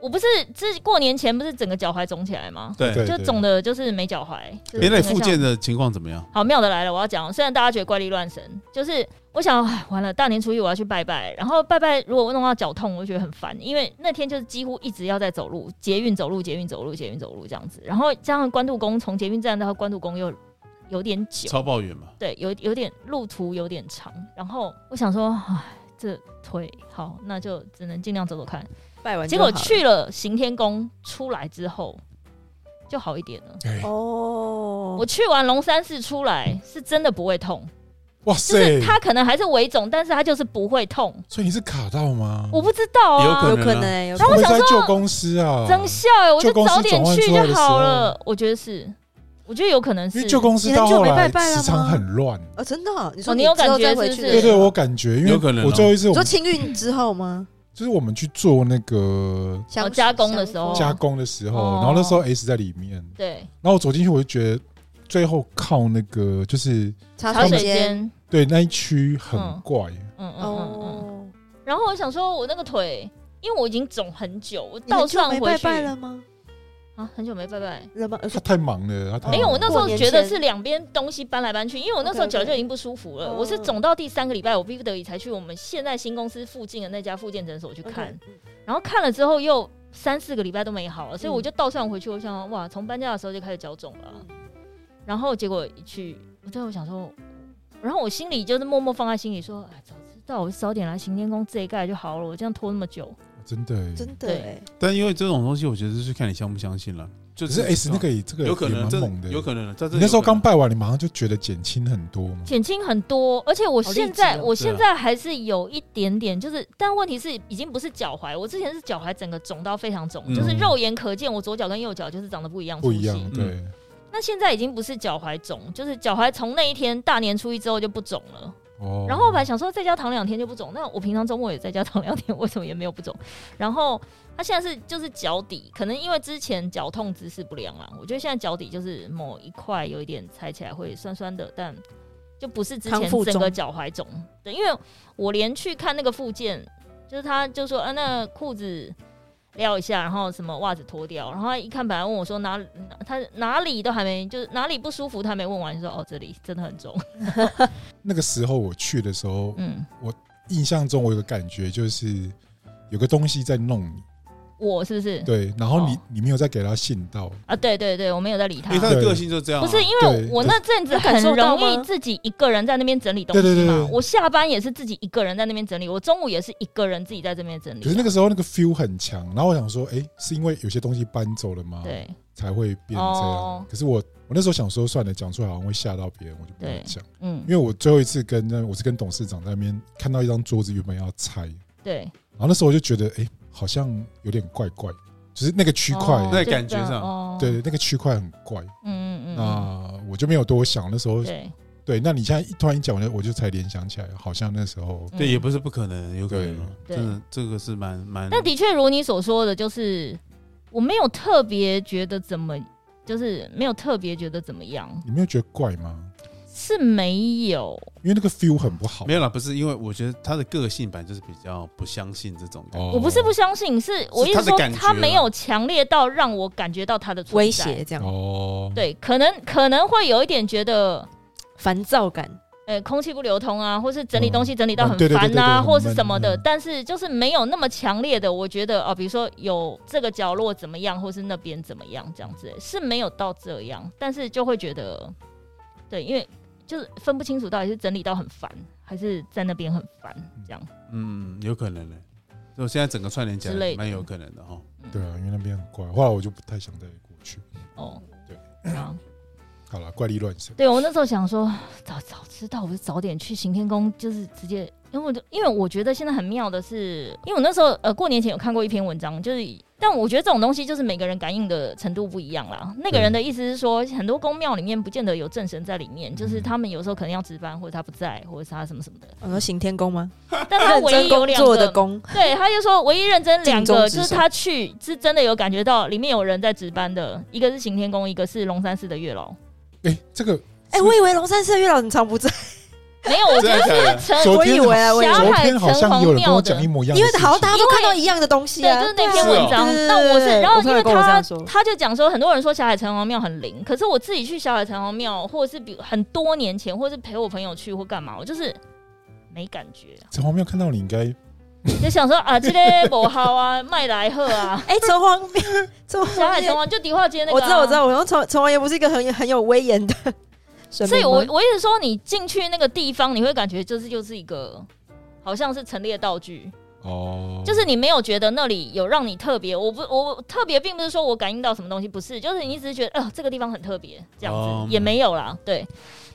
S3: 我不是这过年前不是整个脚踝肿起来吗？
S2: 对，
S1: 对
S3: 就肿的就是没脚踝。就是
S2: 哎，那
S3: 整个
S2: 附
S3: 像
S2: 件的情况怎么样？
S3: 好妙的来了，我要讲。虽然大家觉得怪力乱神，就是我想，哎，完了，大年初一我要去拜拜，然后拜拜如果弄到脚痛，我就觉得很烦，因为那天就是几乎一直要在走路，捷运走路，捷运走路，捷运走路这样子。然后加上关渡宫，从捷运站到关渡宫又有点 久，
S2: 超抱怨嘛？
S3: 对，有有点路途有点长。然后我想说，哎，这腿好，那就只能尽量走走看。
S4: 拜完就
S3: 结果
S4: 好了
S3: 去了行天宫，出来之后就好一点了。
S1: 哎，
S4: 哦，
S3: 我去完龙山寺出来，是真的不会痛。
S1: 哇
S3: 就
S1: 塞！
S3: 是它可能还是微肿，但是它就是不会痛，
S1: 所以你是卡到吗？
S3: 我不知道
S2: 有
S3: 啊。
S2: 可
S4: 有
S2: 能啊
S4: 可能欸有可
S3: 然后
S4: 能
S3: 我
S1: 会
S3: 想
S1: 在
S3: 说
S1: 旧公司啊，
S3: 真笑哎、我就
S1: 旧公司
S3: 早点
S1: 转换
S3: 去
S1: 出来的时
S3: 就好
S1: 候
S3: 了。我觉得是，我觉得有可能
S1: 因
S3: 是
S1: 为。旧公司
S4: 你很
S1: 到
S4: 久
S1: 后
S4: 没
S1: 来
S4: 拜拜了
S1: 磁场
S4: 吗
S1: 很乱。
S4: 哦，真的哦，你说
S3: 哦你有
S4: 之后
S3: 感觉
S4: 再回
S3: 是
S4: 去
S3: 不
S4: 的
S3: 是
S1: 对对，
S4: 时候
S1: 我感觉，因为
S2: 有可能哦
S1: 我最后一次我
S4: 你说
S1: 们
S4: 清运之后吗？
S1: 就是我们去做那个
S4: 相
S3: 哦加工的时候
S1: 加工的时候，
S3: 哦
S1: 然后那时候 S 在里面，
S3: 对，
S1: 然后我走进去，我就觉得最后靠那个就是
S4: 茶
S3: 茶水
S4: 水
S3: 间，
S1: 对那一区很
S3: 嗯
S1: 怪，
S3: 嗯嗯嗯嗯。
S4: 哦，
S3: 然后我想说，我那个腿，因为我已经肿很久，我
S4: 你很
S3: 倒
S4: 久
S3: 上
S4: 没
S3: 回
S4: 拜
S3: 去
S4: 拜了吗？
S3: 啊，很久没拜拜。
S4: 了吗？呃
S1: 他太忙了，他太忙了
S3: 没有，我那时候
S4: 过年
S3: 觉得
S4: 前
S3: 是两边东西搬来搬去，因为我那时候
S4: OK，OK
S3: 脚就已经不舒服了。
S4: 嗯
S3: 我是肿到第三个礼拜，我逼不得已才去我们现在新公司附近的那家复健诊所去看。
S4: 嗯
S3: 然后看了之后又三四个礼拜都没好了，所以我就倒算回去，我想说哇，从搬家的时候就开始脚肿了，然后结果一去，我最后想说，然后我心里就是默默放在心里说，哎，早知道我就早点来行天宫这一盖就好了，我这样拖那么久，
S1: 真的欸，
S4: 真的
S3: 对
S4: 哎，
S2: 但因为这种东西，我觉得是看你相不相信了。就
S1: 可是哎 S 那个也这个
S2: 有可
S1: 也
S2: 能，
S1: 蛮
S2: 真
S1: 猛的，
S2: 有可能。这真的
S1: 你那时候
S2: 有可
S1: 刚
S2: 能
S1: 拜完，你马上就觉得减轻很多嘛。
S3: 减轻很多，而且我
S4: 好励志
S3: 现在、
S4: 哦
S3: 我现在还是有一点点，就是但问题是已经不是脚踝，我之前是脚踝整个肿到非常肿，
S2: 嗯
S3: 就是肉眼可见我左脚跟右脚就是长得不一样，
S1: 不一
S3: 粗细
S1: 样，
S2: 嗯
S1: 对，
S3: 那现在已经不是脚踝肿，就是脚踝从那一天大年初一之后就不肿了。
S1: 哦。
S3: 然后我本来想说在家躺两天就不肿，那我平常周末也在家 躺两天，为什么也没有不肿？然后他现在是就是脚底，可能因为之前脚痛姿势不良啦，我觉得现在脚底就是某一块有一点踩起来会酸酸的，但就不是之前
S4: 康复中
S3: 整个脚踝肿。对，因为我连去看那个附件，就是他就说啊，那裤子。撩一下，然后什么袜子脱掉，然后他一看，本来问我说哪里，他哪里都还没，就是哪里不舒服，他还没问完，就说哦这里真的很肿，
S1: 那个时候我去的时候，
S3: 嗯，
S1: 印象中我有个感觉就是有个东西在弄你，
S3: 我是不是？
S1: 对，然后你
S3: 嗯哦
S1: 你没有再给他信道，
S3: 啊，对对对，我没有在理他
S2: 因为。他的个性就这样啊。
S3: 不是因为
S1: 对
S3: 我那阵子
S4: 有感
S3: 很
S4: 受到
S3: 容
S4: 吗
S3: 易自己一个人在那边整理东西嘛，
S1: 对对对对
S3: 我下班也是自己一个人在那边整理，我中午也是一个人自己在这边整理啊。
S1: 可是那个时候那个 feel 很强，然后我想说，哎，是因为有些东西搬走了吗？，
S3: 对
S1: 才会变这样
S3: 哦。
S1: 可是我我那时候想说，算了，讲出来好像会吓到别人，我就不
S3: 对
S1: 敢讲。
S3: 嗯
S1: 因为我最后一次跟那我是跟董事长在那边看到一张桌子，原本要拆，然
S3: 对
S1: 后那时候我就觉得，哎，好像有点怪怪，就是那个区块
S3: 哦，
S2: 那
S3: 就
S2: 感觉
S3: 这样
S2: 上
S3: 哦
S1: 对，那个区块很怪。
S3: 嗯嗯嗯
S1: 那我就没有多想，那时候
S3: 嗯，对
S1: 对，那你现在一突然一讲，我就我就才联想起来，好像那时候
S2: 对，也
S3: 是。
S2: 不是不可能，有可能啊。
S3: 对
S2: 真的，这个是蛮蛮。
S3: 但的确如你所说的，就是我没有特别觉得怎么，就是没有特别觉得怎么样，
S1: 你没有觉得怪吗？
S3: 是没有。
S1: 因为那个 feel 很不好
S2: 没。有啦，不是因为我觉得他的个性版就是比较不相信这种的。
S1: 哦
S3: 我不是不相信，是我意思
S2: 他的
S3: 说
S2: 感觉啊
S3: 他没
S2: 啦
S3: 有强烈到让我感觉到他的存
S4: 威
S3: 在
S4: 胁这样，
S1: 哦，
S3: 对，可能可能会有一点觉得，
S4: 烦躁感，
S3: 呃，空气不流通啊，或是整理东西整理到
S1: 嗯
S3: 很
S1: 对对对
S3: 烦
S1: 对对
S3: 啊，
S1: 很
S3: 或是
S1: 闷
S3: 什么的，
S1: 嗯
S3: 但是就是没有那么强烈的，我觉得啊、比如说有这个角落怎么样，或是那边怎么样，这样子欸是没有到这样，但是就会觉得，对，因为就是分不清楚到底是整理到很烦，还是在那边很烦这样。
S2: 嗯，有可能嘞。就现在整个串联起
S3: 之
S2: 来，
S3: 类的
S2: 蛮有可能的哦哈。
S1: 对啊，因为那边很怪，后来我就不太想再过去。
S3: 哦，
S1: 对
S3: 对啊。
S1: 好了，怪力乱神。
S3: 对我那时候想说， 早早知道我就早点去行天宫，就是直接，因为我就因为我觉得现在很妙的是，因为我那时候呃过年前有看过一篇文章，就是但我觉得这种东西就是每个人感应的程度不一样啦。那个人的意思是说，很多宫庙里面不见得有正神在里面，
S4: 嗯
S3: 就是他们有时候可能要值班，或者他不在，或者是他什么什么的。
S4: 我说行天宫吗？
S3: 但他唯一有
S4: 认真
S3: 两
S4: 工作的
S3: 个，
S4: 工，
S3: 对，他就说唯一认真两
S4: 尽
S3: 个，
S4: 忠职
S3: 就是
S4: 守
S3: 他去是真的有感觉到里面有人在值班的，一个是行天宫，一个是龙山寺的月老。
S1: 哎，这个
S4: 哎，我以为龙山寺的月老很常不在，
S3: 没有，我觉
S2: 真的假
S3: 得
S2: 的？
S3: 是陈
S1: 昨
S4: 我
S1: 天
S4: 以为啊我以为
S3: 霞
S1: 昨
S3: 海
S1: 天好
S3: 城
S1: 像
S3: 隍
S1: 也有人跟
S3: 庙
S1: 我
S3: 的
S1: 讲一模一样的
S4: 因为
S1: 事情，
S4: 好像大家都看到一样的东西
S3: 对，
S4: 啊，
S3: 就是那
S2: 对
S3: 篇
S2: 啊
S3: 文章
S4: 对对。
S3: 那我是，
S4: 对
S3: 然后
S4: 我朋
S3: 因
S4: 友
S3: 为
S4: 跟我这
S3: 他
S4: 样说
S3: 他就讲说，很多人说霞海城隍庙很灵，可是我自己去霞海城隍庙，或者是比很多年前，或者是陪我朋友去或干嘛，我就是没感觉，啊
S1: 城隍庙看到你应该
S3: 就想说啊，这 个不好啊，麦来鹤啊，
S4: 哎，城隍庙，城
S3: 霞
S4: 隍
S3: 海城
S4: 庙，
S3: 隍就迪化街那个、啊
S4: 我知道，我知。道，我用城城隍爷不是一个很很有威严的神
S3: 所以
S4: 明
S3: 我
S4: 吗
S3: 我一直说，你进去那个地方，你会感觉就是就是一个好像是陈列道具，
S1: 哦，
S3: 就是你没有觉得那里有让你特别。我不我特别，并不是说我感应到什么东西，不是，就是你只是觉得，呃，这个地方很特别，这样子、
S2: 哦
S3: 也没有啦。对，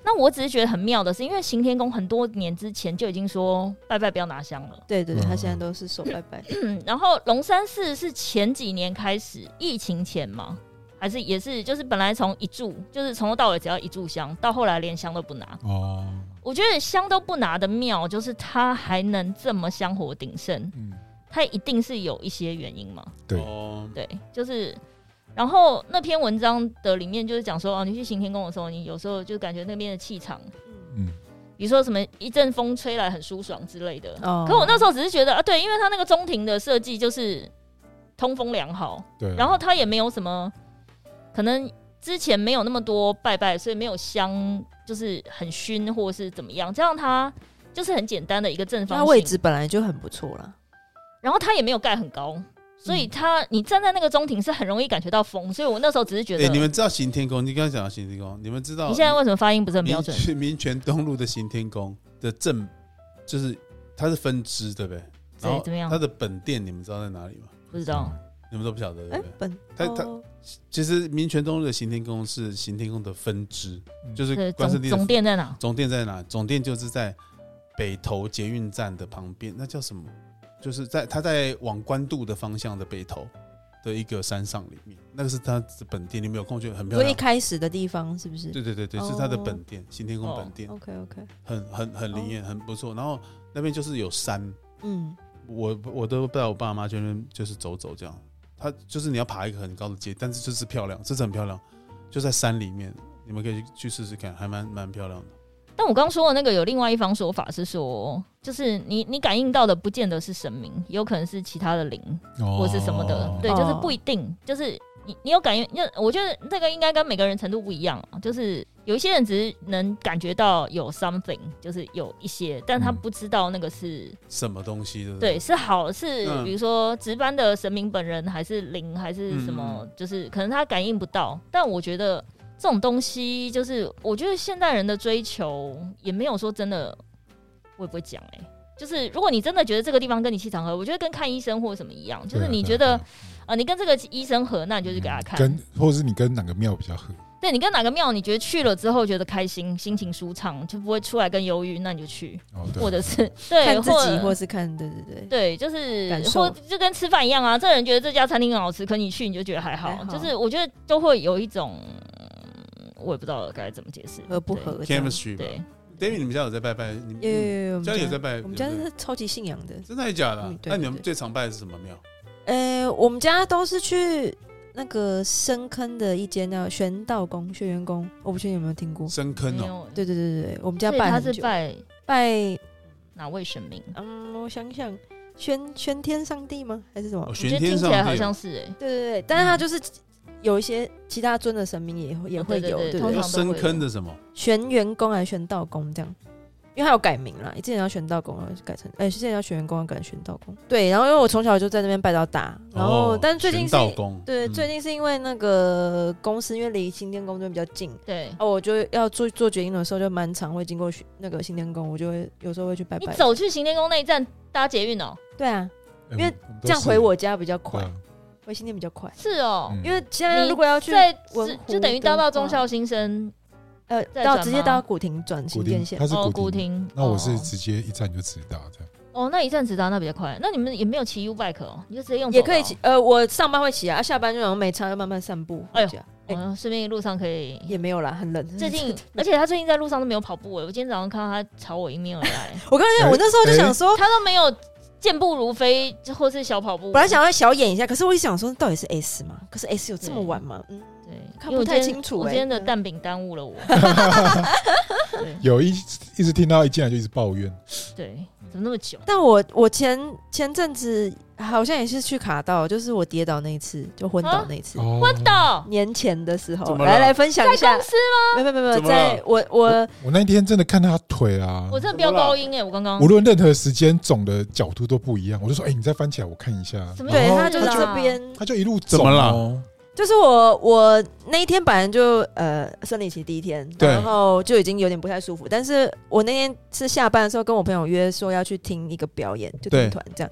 S3: 那我只是觉得很妙的是，因为行天宫很多年之前就已经说拜拜不要拿香了。
S4: 对对，对
S1: 嗯
S4: 他现在都是手拜拜，
S3: 嗯，然后龙山寺是前几年开始，疫情前嘛，还是也是就是本来从一炷，就是从头到尾只要一炷香，到后来连香都不拿。
S1: 哦，
S3: 我觉得香都不拿的庙，就是它还能这么香火鼎盛，
S1: 嗯，
S3: 它一定是有一些原因嘛。
S1: 对
S2: 哦
S3: 对，就是。然后那篇文章的里面就是讲说，哦，你去行天宫的时候，你有时候就感觉那边的气场，
S1: 嗯，
S3: 比如说什么一阵风吹来很舒爽之类的。
S4: 哦
S3: 可我那时候只是觉得啊，对，因为它那个中庭的设计就是通风良好，
S1: 对。啊
S3: 然后它也没有什么，可能之前没有那么多拜拜，所以没有香，就是很熏或是怎么样，这样它就是很简单的一个正方
S4: 那
S3: 形
S4: 位置本来就很不错啦，
S3: 然后它也没有盖很高，
S2: 嗯
S3: 所以它、你站在那个中庭是很容易感觉到风，所以我那时候只是觉
S2: 哎、
S3: 得，
S2: 你们知道行天宫？你刚刚讲到行天宫，你们知道
S3: 你现在为什么发音不是很标
S2: 民
S3: 准？
S2: 去民权 东路的行天宫的正，就是它是分支，对不对？然
S3: 对，
S2: 后
S3: 怎么样
S2: 哦它？的嗯本店你们知道在哪里吗？
S3: 不知道，
S2: 你们都不晓得，对
S4: 哎
S2: 不对？，
S4: 本
S2: 他他
S4: 哦
S2: 其实民权东路的行天宫是行天宫的分支，
S1: 嗯
S2: 就
S3: 对，
S2: 是关圣
S3: 总
S2: 帝
S3: 总
S2: 的
S3: 店在哪？
S2: 总店在哪？总店就是在北投捷运站的旁边，那叫什么？就是在它在往关渡的方向的北投的一个山上里面，那个是它的本店。你们有空去很漂
S4: 所以一
S2: 亮。
S4: 开始的地方是不是
S2: 对对对对，是它的
S4: 哦
S2: 本店，行天宫本店，
S3: 哦
S4: ？OK OK，
S2: 很很很灵验，很不错。然后那边就是有山，
S4: 嗯，
S2: 我我都带我爸妈去那边就是走走这样。它就是你要爬一个很高的阶，但是就是漂亮，真的很漂亮，就在山里面，你们可以去去试试看，还蛮蛮漂亮的。
S3: 但我刚说的那个有另外一方说法是说，就是你你感应到的不见得是神明，有可能是其他的灵或是什么的，
S1: 哦
S3: 对，
S4: 哦
S3: 就是不一定，就是你你有感应，那我觉得这个应该跟每个人程度不一样啊，就是有一些人只是能感觉到有 something，就是有一些，但他
S1: 嗯
S3: 不知道那个是、
S2: 什么东西的？
S3: 对是好是，
S2: 嗯
S3: 比如说值班的神明本人还是灵还是什么，
S2: 嗯
S3: 就是可能他感应不到，但我觉得。这种东西就是，我觉得现代人的追求也没有说真的，我也不会讲哎、就是如果你真的觉得这个地方跟你气场合，我觉得跟看医生或者什么一样，就是
S1: 对啊
S3: 你
S1: 对啊
S3: 觉得
S1: 对啊嗯
S3: 啊，你跟这个医生合，那你就去给他看。
S1: 跟或者是你跟哪个庙比较合？
S3: 对你跟哪个庙，你觉得去了之后觉得开心，心情舒畅，就不会出来跟忧郁，那你就去，
S1: 哦，对啊，
S3: 或者是对，
S4: 看自己
S3: 或
S4: 或是看对对对，
S3: 对，就是
S4: 感受
S3: 或就跟吃饭一样啊。这人觉得这家餐厅很好吃，可你去你就觉得还好，
S4: 还好
S3: 就是我觉得都会有一种，嗯我也不知道该怎么解释，
S4: 合不合这样？
S2: ，chemistry
S3: 对？
S2: 吧。
S3: 对，
S2: David，你们家有在拜拜？你们
S4: 有
S2: 你
S4: 有有，我
S2: 们
S4: 们
S2: 家里有在拜？
S4: 我们家
S2: 对不对
S4: 是超级信仰的。
S2: 真的还假的啊
S4: 嗯？对
S2: 那你们
S4: 对
S2: 最常拜的是什么庙？
S4: 呃，我们家都是去那个深坑的一间叫玄道宫、轩辕宫，我不确定有没有听过。
S2: 深坑
S3: 没
S2: 哦，
S3: 有，
S4: 对对对对，对我们家
S3: 所以
S4: 拜
S3: 他
S4: 很
S3: 是
S4: 久，
S3: 拜
S4: 拜
S3: 哪位神明？啊
S4: 嗯，我想想，玄玄天上帝吗？还是什么
S2: 哦，？
S3: 我觉
S2: 玄
S3: 得听
S2: 天
S3: 起
S2: 上
S3: 来
S2: 帝
S3: 好像是哎，
S4: 对对对，但是他就是有一些其他尊的神明也会也
S3: 哦
S4: 会
S3: 对对
S4: 有，
S3: 对
S4: 对
S3: 通
S4: 对
S2: 有
S3: 常都
S2: 深
S3: 会有
S2: 坑的什么？
S4: 玄元宫还是玄道宫这样，因为他有改名啦，之前叫玄道宫，然后就改成哎，之前叫玄元宫，然后改成玄道宫。对，然后因为我从小就在那边拜到大，然后、
S2: 哦
S4: 但最近
S2: 玄
S4: 是
S2: 道宫，
S4: 对，
S2: 嗯
S4: 最近是因为那个公司，因为离新天宫这边比较近，
S3: 对。
S4: 啊，我就要做做决定的时候，就蛮常会经过去那个新天宫，我就会有时候会去拜
S3: 你
S4: 拜。
S3: 走去行天宫那一站搭捷运哦，
S4: 对啊，
S1: 因
S4: 因为这样回我家比较快，回新店比较快。
S3: 是
S1: 啊
S3: 哦，
S1: 嗯
S4: 因为现在如果要去
S3: 在
S4: 文
S3: 只
S4: 湖
S3: 就等于
S4: 的
S3: 搭到
S4: 话
S3: 忠孝新生
S4: 呃，
S3: 再
S4: 到
S3: 转
S4: 直接
S3: 吗
S4: 到古亭转
S1: 古
S4: 新
S1: 亭
S4: 店，线
S1: 它，是
S3: 哦，
S1: 古
S3: 古
S1: 亭，
S3: 亭。
S1: 那我是
S3: 哦
S1: 直接一站就直达这样。
S3: 哦，那一站直达那比较快。那你们也没有骑 U bike 哦，你就直接用走
S4: 也
S3: 的哦
S4: 可以骑。。呃，我上班会骑啊，下班就然后没差就慢慢散步回
S3: 哎呦
S4: 家。哎
S3: 哦，顺便路上可以。
S4: 也没有啦，很冷。
S3: 最近，而且他最近在路上都没有跑步哎，我今天早上看到他朝我迎面而 来，
S4: 我刚
S2: 哎
S4: 才我那时候就想说，
S3: 他都没有健步如飞或是小跑步。
S4: 本来想要小演一下，可是我一想说，到底是 S 吗？可是 S 有这么
S3: 对
S4: 晚吗？嗯，
S3: 对，
S4: 看
S3: 因为
S4: 不
S3: 我
S4: 太
S3: 今天
S4: 清楚欸
S3: 我
S4: 哎
S3: 今天的
S4: 嗯
S3: 蛋饼耽误了我。对
S1: 有一一直听到一进来就一直抱怨，
S3: 对，怎么那么久？
S4: 但我我前前阵子好像也是去卡到，就是我跌倒那一次，就昏
S3: 啊
S4: 倒那一次，
S1: 哦
S3: 昏倒，
S4: 年前的时候
S2: 怎，么了
S4: 来来分享一
S3: 在
S4: 下
S3: 公。司吗？
S4: 没有没有没有，
S2: 怎么了
S4: 在我我
S1: 我那天真的看他腿啊，
S3: 我真的飙高音哎、我刚刚
S1: 无论任何时间肿的角度都不一样。我就说，哎、你再翻起来我看一下。
S3: 什么
S4: 对
S3: 意思
S4: 他
S3: 啊
S4: 就这边，
S1: 他就一路肿
S2: 怎么了
S1: 哦
S4: 就是我我那一天本来就呃生理期第一天，
S2: 对
S4: 然后就已经有点不太舒服，但是我那天是下班的时候跟我朋友约说要去听一个表演，就
S2: 对
S4: 听团这样，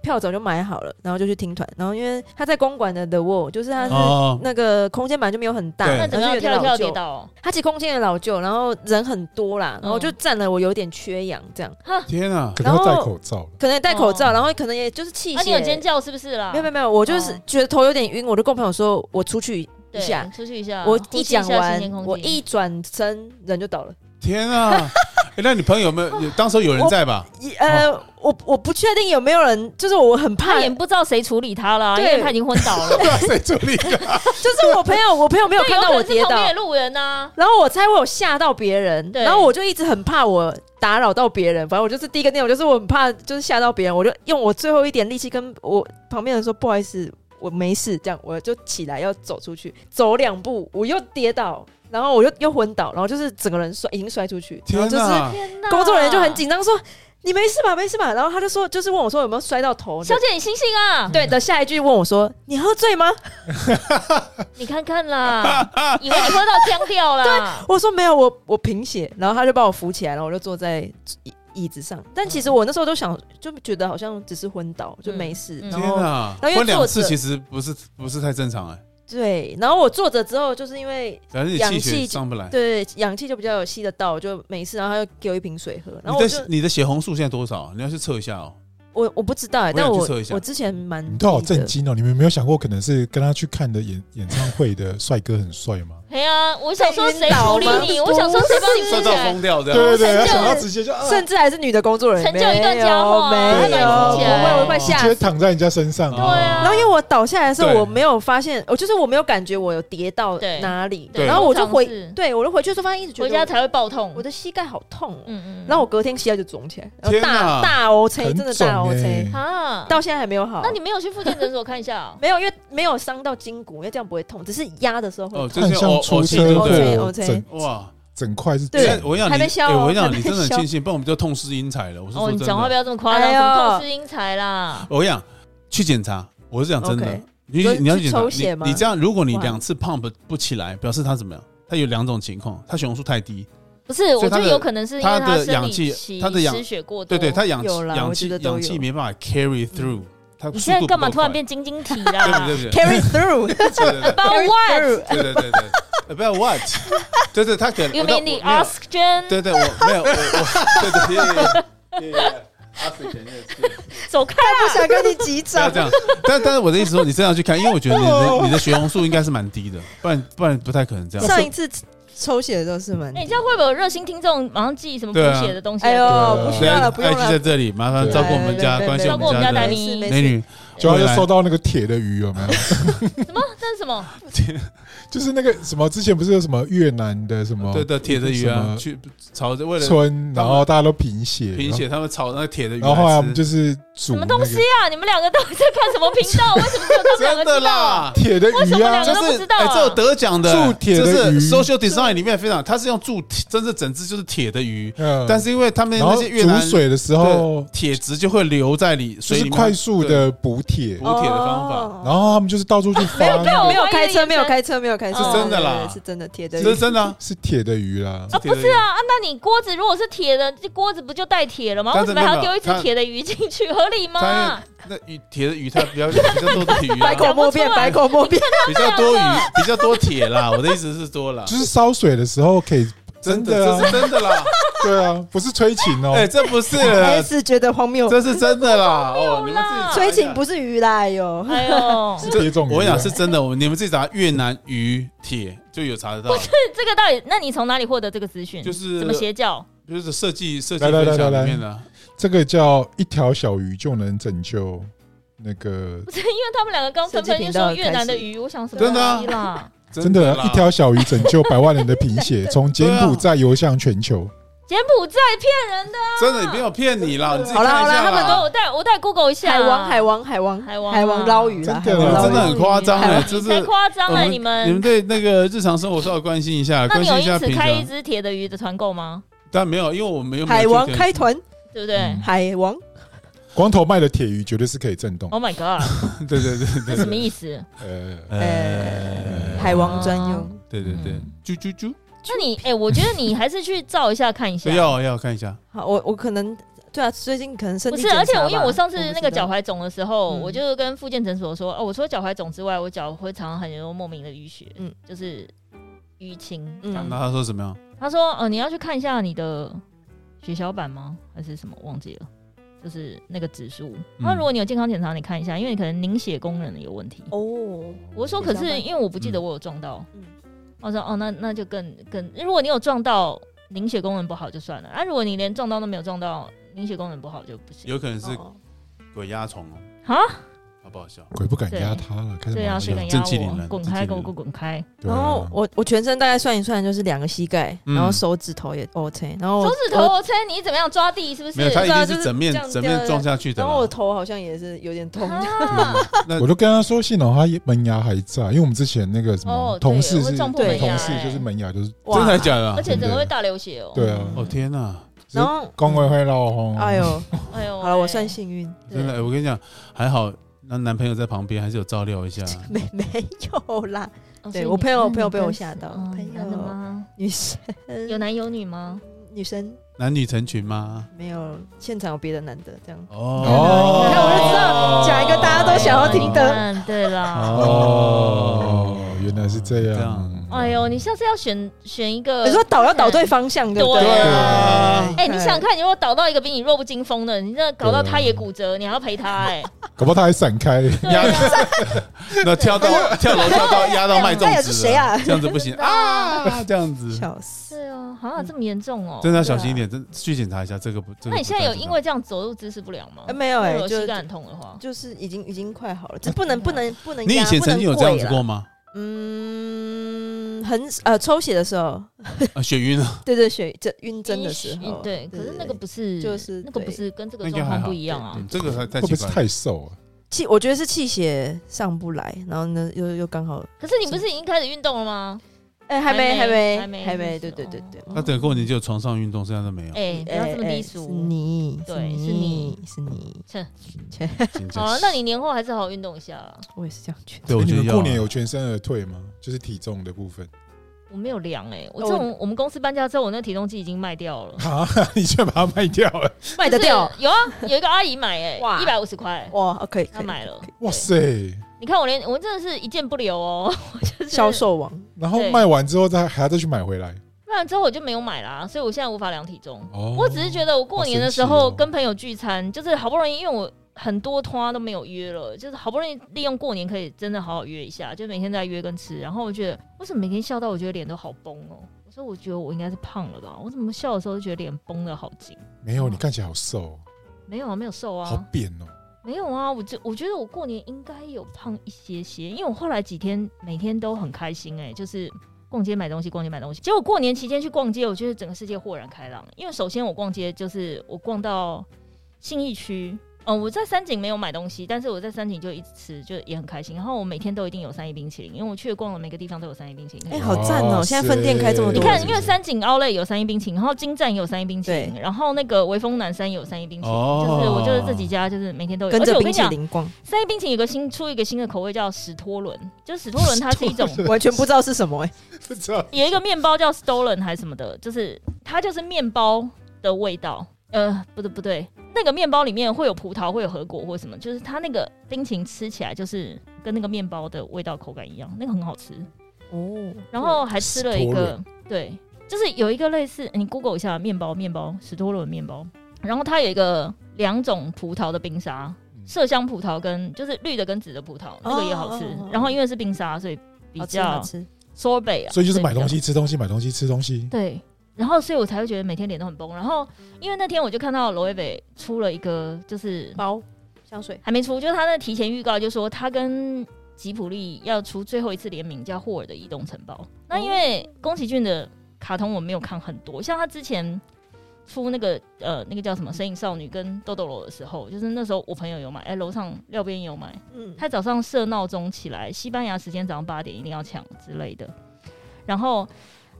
S4: 票早就买好了，然后就去听团，然后因为他在公馆的 The Wall，就是他是
S2: 哦，
S4: 那个空间本来就没有很大，
S2: 对
S3: 那
S4: 然
S3: 怎
S4: 后
S3: 么
S4: 就
S3: 样
S4: 有点
S3: 跳一跳
S4: 老
S3: 跌
S4: 旧。
S3: 倒、哦？
S4: 它其实空间也老旧，然后人很多啦，然后就站了我有点缺氧这样，
S2: 天啊！
S1: 可能要
S4: 然
S1: 戴
S4: 后
S1: 口罩了。
S4: 可能也戴口罩，
S3: 哦
S4: 然后可能也就是器
S3: 啊，你有尖
S4: 械。
S3: 叫是不是啦？
S4: 没有没有没有，我就是
S3: 哦
S4: 觉得头有点晕，我就跟我朋友说，我出去一
S3: 对
S4: 下。
S3: 出去一下，
S4: 啊我
S3: 嗯呼吸
S4: 一
S3: 下
S4: 讲
S3: 新
S4: 完
S3: 鲜空，气
S4: 我一转身人就倒了。
S2: 天啊！ 欸那你朋友有没有？有当时候有人在吧？
S4: 一呃，我我不确定有没有人，就是我很怕
S3: 他，也不知道谁处理他啦，因
S4: 对
S3: 为他已经昏倒了。
S2: 对啊，谁处理
S4: 哦
S2: 的？
S4: 就是我朋友，我朋 友没有
S3: 对，
S4: 看到我跌
S3: 有可能是旁
S4: 倒
S3: 边的，路人啊呐、
S4: 然后我猜我有吓到别人，
S3: 对
S4: 然后我就一直很怕我打扰到别人。反正我就是第一个念头就是我很怕就是吓到别人，我就用我最后一点力气跟我旁边人说不好意思，我没事，这样我就起来要走出去，走两步我又跌倒，然后我又又昏倒，然后就是整个人摔已经摔出去，然后
S2: 天
S4: 就是
S2: 啊！
S3: 天哪！
S4: 工作人员就很紧张说你没事吧，没事吧，然后他就说就是问我说有没有摔到头，
S3: 小姐，你醒醒啊！
S4: 对的下一句问我说你喝醉吗？
S3: 你看 看啦，以为你喝到僵掉啦。
S4: 我说没有，我我贫血，然后他就把我扶起来，然后我就坐在椅椅子上。但其实
S3: 嗯
S4: 我那时候都想，就觉得好像只是昏倒，就没事。
S3: 嗯嗯
S4: 然
S2: 天
S4: 后、
S2: 啊！
S4: 然后因为
S2: 婚两
S4: 作
S2: 次
S4: 者
S2: 其实不是不是太正常哎，
S4: 对，然后我坐着之后，就是因为
S2: 反正你
S4: 氧
S2: 气血
S4: 气
S2: 上不来。
S4: 对氧气就比较有吸得到，就没事。然后他就给我一瓶水喝，然
S2: 你
S4: 后我
S2: 的
S4: 就
S2: 血你的血红素现在多少？你要去测一下哦。
S4: 我我不知道、
S2: 我
S4: 但
S2: 想去
S4: 我
S2: 测一下
S4: 我之前蛮
S1: 你们都好震
S4: 低的。
S1: 惊哦！你们没有想过，可能是跟他去看的演演唱会的帅哥很帅吗？
S3: 哎呀，我想说谁
S4: 太晕倒
S3: 处
S4: 了
S3: 理你？
S4: 吗
S3: 我想说谁帮你
S2: 摔
S3: 扶起
S2: 到
S3: 来？
S2: 疯掉这
S1: 对对
S2: 样。
S1: 对，他
S3: 成就
S1: 想要直接就啊，
S4: 甚至还是女的工作人员，
S3: 成就一段佳话
S4: 没有，
S3: 啊
S2: 他把
S4: 没有，
S2: 你扶
S4: 不
S2: 起来
S4: 会，我会吓
S1: 直接
S4: 死。
S1: 躺在人家身上。
S2: 对
S3: 对啊
S4: 然后因为我倒下来的时候，
S2: 对
S4: 我没有发现，我就是我没有感觉我有跌到
S3: 对
S4: 哪里，
S2: 对
S4: 然后我就
S3: 通常
S4: 回
S3: 是，
S4: 对我就回去的时候发现一直觉
S3: 回
S4: 得
S3: 家
S4: 我
S3: 才会爆痛。
S4: 我的膝盖好痛、哦，
S3: 嗯嗯，
S4: 然后我隔天膝盖就肿起来，然后
S2: 天
S4: 大
S2: 哪
S4: 大 O C，
S1: 很
S4: 真的大 O
S1: 肿
S4: C，
S1: 欸
S3: 啊，
S4: 到现在还没有好。
S3: 那你没有去复健诊所看一下哦？
S4: 没有，因为没有伤到筋骨，因为这样不会痛，只是压的时候会
S2: 哦，
S4: 痛。
S2: 就是
S1: 看像
S2: 呕
S1: 出
S2: 呕心
S1: 车
S2: 对不对
S1: 祸，
S4: OK，OK
S1: 整
S2: 哇！
S1: 整块是
S4: 对
S2: 现在我想
S4: 还
S2: 你，
S4: 没消
S2: 哎
S4: 哦
S2: 我想
S4: 还
S2: 你
S4: 没
S2: 真的很
S4: 消
S2: 庆幸，不然我们就痛失英才了。 我是说
S3: 哦，你
S2: 真的
S3: 讲话不要这么夸张，
S4: 哎
S3: 什
S4: 呦
S3: 么痛失英才啦？
S2: 我跟你讲去检查，我是讲真的
S4: OK，
S2: 你
S4: 就是
S2: 你要
S4: 去
S2: 检查
S4: 抽血吗
S2: 你，你这样如果你
S4: 哇
S2: 两次 pump 不起来，表示他怎么样？他有两种情况，他血红素太低，
S3: 不是，
S2: 所
S3: 我
S2: 以
S3: 觉
S2: 他
S3: 得
S2: 的
S3: 有可能是因为
S2: 他的
S3: 生
S2: 氧
S3: 理
S2: 气
S3: 期
S2: 他的氧
S3: 失血过多。
S2: 对对，他氧
S4: 哦有啦
S2: 氧
S4: 我觉
S2: 气
S4: 得都有嗯
S2: 氧气没办法 carry through，他
S3: 你
S2: 速
S3: 现在
S2: 度
S3: 干嘛
S2: 不
S3: 突
S2: 够
S3: 然
S2: 快？
S3: 变晶晶体
S2: 对不
S3: 啦？
S2: 对对对
S4: Carry through，
S2: 对对
S3: About what？
S4: through
S2: 对对对对对，about what？对对，他给
S3: You
S2: 我到
S3: mean
S2: 我
S3: the
S2: 没有
S3: oxygen？
S2: 对对，我没有我我对对对对对对，阿水前面是。
S3: 走开！
S4: 不想跟你击
S2: 不要
S4: 掌
S2: 这。样。但但是我的意思说，你真的要去看，因为我觉得你的你的血红素应该是蛮低的，不然不然不太可能这样。
S4: 上一次抽血的时候是蛮
S3: 哎，，你这样会不会有热心听众马上寄什么补
S2: 对啊
S3: 血的东西
S4: 哎
S3: 来给我？
S4: 呦，
S1: 对
S4: 不
S1: 啊
S4: 需要了，不用
S2: 爱
S4: 了
S2: 就在，这里，麻烦照顾我们家，
S4: 对
S2: 关心
S3: 照顾我们
S2: 家
S3: 家
S2: 的
S3: 男
S4: 没事
S3: 女
S4: 没事
S2: 美女。
S1: 就要
S2: 未
S1: 又
S2: 来
S1: 收到那个铁的鱼有没有？
S3: 那是什么？
S1: 就是那个什么，之前不是有什么越南的什么
S2: 对对，铁的鱼
S1: 什
S2: 啊，
S1: 么
S2: 去炒着为了
S1: 村，然后大家都贫血，
S2: 贫血，他们炒那个铁的鱼
S1: 然后，然后后来我们
S2: 来
S1: 就
S2: 吃。
S1: 是煮
S3: 什么
S1: 那
S3: 东西
S1: 个
S3: 啊？你们两个到底在看什么频 道？为什么只有他们两个
S2: 真的
S3: 知道？
S2: 啦，
S1: 铁的
S3: 为什么
S1: 鱼啊
S3: 两，
S2: 就
S3: 个都不
S2: 是
S3: 知道啊
S2: 哎，这有得奖的，
S1: 铸铁的
S2: 就是
S1: 鱼
S2: social design 里面非常，它是用铸，真是整只就是铁的鱼，
S1: 嗯
S2: 但是因为他们
S1: 然后
S2: 那些越南
S1: 煮水的时候，
S2: 铁质就会留在里
S1: 就
S2: 水里
S1: 是
S2: 面，
S1: 快速的补铁
S2: 对，补铁的方法。
S4: 哦
S1: 然后他们就是到处去发，
S4: 没有开车，没有开车，没有开车，
S3: 哦是真
S2: 的啦
S4: 对对对是真的贴的。
S2: 这是真的啊，
S1: 是铁的鱼啦。
S3: 啊，不是啊啊！那你锅子如果是铁的，这锅子不就带铁了吗？为
S2: 但
S3: 什
S2: 是
S3: 么还要
S2: 没有
S3: 丢一只
S2: 它
S3: 铁的鱼进去，合理
S2: 它
S3: 吗？
S2: 那鱼铁的鱼，它比较比较多的鱼啊
S4: 百，口莫辩，百口 莫辩。
S2: 比较多鱼，比较多铁啦。我的意思是多啦，
S1: 就是烧水的时候可以，真
S2: 真
S1: 的
S2: 的，
S1: 啊
S2: 这是真的啦。
S1: 对啊，不是吹琴哦，
S2: 哎，这不是，
S4: 还是觉得荒谬，
S2: 这是真的啦。哦，你们自己查一下
S4: 催情不是鱼啦，哎呦，
S3: 哎呦，
S1: 是铁种鱼啊。
S2: 我跟你讲 是真的，我你们自己查越南鱼铁就有查得到，
S3: 这个到底？那你从哪里获得这个资讯？
S2: 就是
S3: 怎么邪教？
S2: 就是设计设计
S1: 来来
S2: 分享
S1: 来来
S2: 里面的啊。
S1: 这个叫一条小鱼就能拯救那个
S3: 不是因为他们两个刚纷纷就说越南的鱼，我想什么
S2: 真的啊
S3: 东西啦？
S1: 真的啊
S2: 啦
S1: 一条小鱼拯救百万人的贫血，从柬埔寨游向全球。
S3: 柬柬埔寨骗人的，
S2: 真的，你没有骗你啦，你自己
S4: 好啦
S2: 看一
S4: 好啦
S2: 下
S4: 他们
S3: 我我带我带 Google 一下，啊
S4: 海王海王海王
S3: 海王啊
S4: 海王捞鱼
S1: 真
S4: 啦，海
S1: 的
S4: 王
S1: 啦
S4: 捞
S2: 真的
S4: 鱼。
S2: 很夸张哎，就
S3: 你
S2: 是
S3: 才夸张
S2: 我
S3: 哎，
S2: 们
S3: 你
S2: 你们对那个日常生活稍微关心一下，
S3: 那
S2: 关
S3: 你
S2: 心
S3: 有
S2: 一下
S3: 因此
S2: 平
S3: 开一
S2: 常。
S3: 只铁的鱼的团购吗？
S2: 但没有，因为我们又没有
S4: 海
S2: 去
S4: 王
S2: 跟
S4: 开团，
S3: 对不对
S1: 嗯
S4: 海王
S1: 光头卖的铁鱼绝对是可以震动。
S3: ？Oh my god，
S2: 对对对
S3: 这什么意思？
S1: 呃，
S4: 呃
S2: 呃，
S4: 海王专用，
S2: 对对对
S3: 嗯，
S2: 啾啾啾，
S3: 那你哎，我觉得你还是去照一 下看一下
S2: 所以。要要看一下，
S4: 好，我我可能对啊，最近可能身
S3: 不
S4: 体
S3: 是，
S4: 检
S3: 而且
S4: 查
S3: 我因为
S4: 吧
S3: 我上次
S4: 不
S3: 那
S4: 知
S3: 个
S4: 道
S3: 脚踝肿的时候，
S4: 嗯
S3: 我就跟复健诊所说，哦，我除了脚踝肿之外，我脚会常常很有莫名的淤血，
S4: 嗯
S3: 就是淤青这
S4: 嗯
S3: 样
S2: 那
S3: 子。
S2: 他说怎么样？
S3: 他说，呃，你要去看一下你的血小板吗？还是什么？忘记了，就是那个指数。
S2: 嗯
S3: 那、如果你有健康检查，你看一下，因为你可能凝血功能有问题。
S4: 哦，
S3: 我说，可
S4: 血小
S3: 是
S4: 板
S3: 因为我不记得我有撞到，
S4: 嗯
S3: 我说哦，那那就更更，如果你有撞到凝血功能不好就算了，啊，如果你连撞到都没有撞到，凝血功能不好就不行
S2: 有可能是
S4: 哦
S2: 鬼压床哦，
S3: 啊。
S2: 好不好笑？
S1: 鬼不敢压他了，开什
S3: 对
S1: 么
S3: 啊，
S1: 玩
S3: 谁
S1: 笑？
S3: 敢
S2: 正
S3: 压
S2: 气凛然
S3: 我？滚开，给
S2: 正
S3: 我
S2: 气凛然
S3: 滚开！
S1: 对啊
S4: 然后我我全身大概算一算，就是两个膝盖，
S2: 嗯
S4: 然后手指头也 OK，然后
S3: 手
S4: 哦我
S3: 指头，我猜你怎么样抓地？是不是？
S2: 没有，他一
S4: 对啊
S2: 定
S4: 就是是
S2: 整面
S4: 这样
S2: 整
S4: 掉
S2: 面
S4: 的
S2: 撞下去的
S4: 然
S2: 啦。
S4: 后我头好像也是有点痛，
S3: 啊
S4: 嗯
S2: 那
S1: 我就跟他说，幸好他门牙还在，因为我们之前那个什
S3: 哦
S1: 么
S3: 对
S1: 同事
S3: 我
S1: 是
S3: 会撞破
S4: 门牙
S1: 同事
S3: 欸
S1: 就是门牙就是
S4: 哇
S2: 真的假的
S3: 而
S2: 啊？
S3: 且整个会大流血哦。
S1: 对啊，
S2: 哦天哪！
S4: 然后
S1: 光棍会闹红。
S4: 哎呦，
S2: 哦
S3: 哎呦喂，
S4: 好了，我算幸运，
S3: 对
S2: 真的，哎我跟你讲，还好那男朋友在旁边，还是有照料一下。
S4: 没没有啦，对
S3: 哦所以
S4: 我
S3: 你
S4: 朋友
S3: 那
S4: 朋友
S3: 你
S4: 被我
S3: 跟
S4: 吓到
S3: 哦
S4: 朋
S3: 男的
S4: 友嗯
S3: 吗？
S4: 女生
S3: 有男有女吗？
S4: 女生
S2: 男女成群吗？
S4: 没有，现场有别的男的这样，
S2: 哦，
S4: 你看我就知道讲一个大家都想要听的
S3: 哎呀对
S2: 哦
S3: 啦。
S1: 哦，原来是这
S2: 这
S1: 样
S2: 样。
S3: 哎呦，你下次要选选一个。
S4: 你说倒要倒对方向，对不
S3: 呃对
S2: 啊
S3: 哎、你想想看，你如果倒到一个比你弱不禁风的，你这搞到他也骨折，你还要赔他 哎、
S1: 搞不好他还闪开，
S3: 对啊，
S2: 那跳到跳楼跳到压到卖粽
S4: 哎哎呀
S2: 子
S4: 是
S2: 了，
S4: 谁啊
S2: 这样子不 行啊，这样子
S4: 笑啊死，
S3: 对啊，啊，这么严重哦、
S2: 真的要小心一点，真去检查一下这个不。这个
S3: 那你
S2: 不
S3: 现在
S2: 太
S3: 有
S2: 知
S3: 因
S2: 道
S3: 为这样走路姿势不良吗？
S4: 哎没有哎
S3: 如果
S4: 就
S3: 膝盖很痛的话，
S4: 就是已经已经快好了，这 不能
S3: 啊
S4: 不能不能压，
S2: 你以前曾经有这样子过
S4: 吗？
S2: 吗？
S4: 嗯，很呃抽血的时候，
S2: 啊，血晕了，
S4: 对对，血这晕针的时
S3: 晕
S4: 候，
S3: 对，可是那个不是，
S4: 就是
S3: 那个不
S4: 对
S3: 是跟这
S2: 那
S3: 个
S2: 应该
S3: 状
S2: 还
S3: 况
S2: 好
S3: 不一样啊
S2: 嗯。这个太
S1: 会
S2: 太
S1: 不会
S2: 奇
S1: 是
S2: 怪了。
S1: 太瘦啊？
S4: 气，我觉得是气血上不来，然后呢又又刚好，
S3: 可是你不是已经开始运动了吗？
S4: 哎、还没
S3: 还
S4: 还
S3: 没
S4: 没
S3: 还没
S4: 还
S3: 是不
S4: 没，
S3: 是
S4: 对对对
S3: 哦
S4: 对，
S2: 那等过年就有床上运动，现在都没有。
S3: 哎，不要这么低俗
S4: 是。你
S3: 对
S4: 是
S3: 是你
S4: 是你，
S3: 切
S4: 切，
S2: 真的
S3: 好哦了，那你年后还是好好运动一下啊啦。
S4: 我也是这样觉得。
S2: 对我
S1: 哎你
S2: 觉得
S1: 们
S2: 要啊
S1: 过 年有全身而退吗？就是体重的部分
S3: 我没有量哎，我
S4: 哦
S3: 这种我们公司搬家之后，我那体重计已经卖掉了，
S1: 啊， 你居然把它卖掉了！
S4: 卖得掉
S3: 就是？有啊，有一个阿姨买哎，
S4: 哇
S3: 一百五十块，
S4: 哇，哦可以，可
S3: 她
S4: 以
S3: 买了。
S1: 哇塞！
S3: 你看我连我真的是一件不留哦， 我就是
S4: 销。售王，
S1: 然后
S3: 对
S1: 卖完之后再还要再去买回来。
S3: 不然之后我就没有买啦，所以我现在无法量体重。
S1: 哦
S3: 我只是觉得我过年的时
S1: 好
S3: 候
S1: 神奇哦
S3: 跟朋友聚餐，就是好不容易，因为我很多通都没有约了，就是好不容易利用过年可以真的好好约一下，就每天在约跟吃。然后我觉得为什么每天笑到我觉得脸都好崩哦？我说我觉得我应该是胖了吧？我怎么笑的时候就觉得脸绷的好紧？
S1: 没有，你看起来好瘦，哦
S3: 没有啊，没有瘦
S1: 好
S3: 啊，
S1: 扁哦。
S3: 没有啊。我就我觉得我过年应该有胖一些些，因为我后来几天每天都很开心哎、就是。逛街买东西，逛街买东西。结果过年期间去逛街，我觉得整个世界豁然开朗。因为首先我逛街就是我逛到信义区，嗯，我在三井没有买东西，但是我在三井就一直吃，就也很开心。然后我每天都一定有三一冰淇淋，因为我去逛了每个地方都有三一冰淇淋可
S4: 哎、
S3: 以吃。
S4: 好赞哦、
S1: 哇
S4: 现在分店开这
S1: 塞
S4: 么多，
S3: 你
S1: 对
S3: 看，因为三井奥莱有三一冰淇淋，然后金站也有三一冰淇淋，
S4: 对
S3: 然后那个微风南山也有三一冰淇淋，
S2: 哦
S3: 就是我就是这几家，就是每天都有。
S4: 跟
S3: 而且
S4: 着
S3: 我
S4: 冰
S3: 跟你
S4: 淇
S3: 讲，
S4: 淋逛，
S3: 三一冰淇淋有个新出一个新的口味叫史托伦，就是史托伦它是一种
S4: 完全不知道是什么哎、
S1: 不知道
S3: 有一个面包叫 Stolen 还是什么的，就是它就是面包的味道。呃，不对不对，那个面包里面会有葡萄，会有核果或什么，就是它那个冰淇淋吃起来就是跟那个面包的味道口感一样，那个很好吃。
S4: 哦，
S3: 然后还吃了一个，对，就是有一个类似你 Google 一下面包面包史多伦面包，然后它有一个两种葡萄的冰沙，
S1: 嗯
S3: 麝香葡萄跟就是绿的跟紫的葡萄，那个也好吃
S4: 哦哦哦。哦
S3: 然后因为是冰沙，所以比
S4: 好吃
S3: 较
S4: 好吃，
S3: sorbet 啊，
S1: 所以就是买
S3: 比较
S1: 东西吃东西，买东西吃东西。
S3: 对，然后所以我才会觉得每天脸都很崩。然后因为那天我就看到罗伟伟出了一个，就是
S4: 包香水，
S3: 还没出，就是他那提前预告就说他跟吉普力要出最后一次联名，叫霍尔的移动城堡。那因为宫崎骏的卡通我没有看很多，像他之前。出那个呃那个叫什么《神隐少女》跟豆豆楼的时候，就是那时候我朋友有买，哎、楼上廖边也有买，
S4: 嗯，
S3: 他早上设闹钟起来，西班牙时间早上八点一定要抢之类的。然后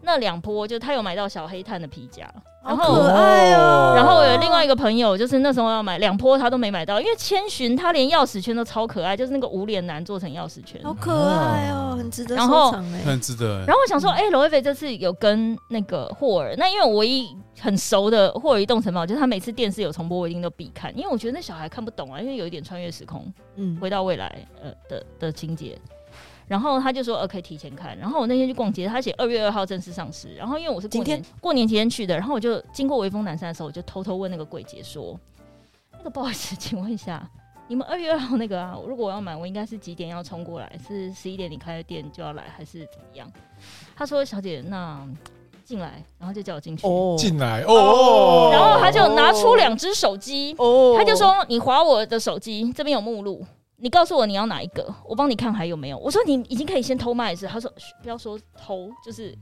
S3: 那两波就他有买到小黑炭的皮夹，然
S4: 好可
S3: 后
S4: 爱哦。
S3: 然后我有另外一个朋友，就是那时候要买两波，他都没买到，因为千寻他连钥匙圈都超可爱，就是那个无脸男做成钥匙圈。
S4: 好可爱哦，很值得
S3: 啊然
S4: 收
S3: 后
S4: 藏哎。
S2: 很值得欸。
S3: 然后我想说，哎、罗威菲这次有跟那个霍尔，那因为我唯一很熟的霍尔移动城堡，就是他每次电视有重播，我一定都必看，因为我觉得那小孩看不懂啊，因为有一点穿越时空。
S4: 嗯，
S3: 回到未来呃的的情节。然后他就说呃可以提前看，然后我那天去逛街，他写二月二号正式上市。然后因为我是过
S4: 今天
S3: 年过年期间去的，然后我就经过微风南山的时候，我就偷偷问那个柜姐说：“那个不好意思，请问一下，你们二月二号那个啊，如果我要买，我应该是几点要冲过来？是十一点你开的店就要来，还是怎么样？”他说：“小姐，那进来。”然后就叫我进去，
S4: 哦
S1: 进来
S4: 哦
S1: 哦，
S3: 然后他就拿出两只手机，
S4: 哦
S3: 他就说：“你划我的手机，这边有目录，你告诉我你要哪一个，我帮你看还有没有。”我说：“你已经可以先偷卖一次。”他说：“嘘不要说偷，就是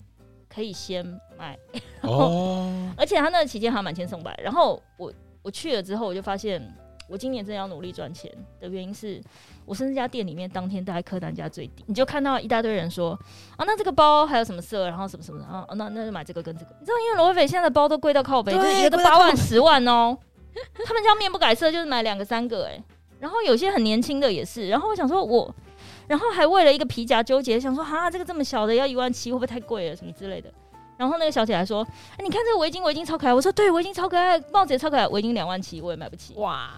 S3: 可以先买。
S1: 哦，
S3: 而且他那个期间还满千送百。然后我我去了之后，我就发现我今年真的要努力赚钱的原因是，我甚至家店里面当天大概客单价最低，你就看到一大堆人说：“啊，那这个包还有什么色，然后什么什么的啊，哦那那就买这个跟这个。”你知道，因为罗威菲现在的包都贵到靠背，就
S4: 对
S3: 一个都
S4: 贵到
S3: 八
S4: 靠
S3: 万、十万哦、他们家面不改色，就是买两个、三个哎、然后有些很年轻的也是，然后我想说我，然后还为了一个皮夹纠结，想说哈这个这么小的要一万七会不会太贵了什么之类的。然后那个小姐还说：“哎、你看这个围巾，围巾超可爱。”我说：“对，围巾超可爱，帽子也超可爱，围巾两万七我也买不起。
S4: 哇，”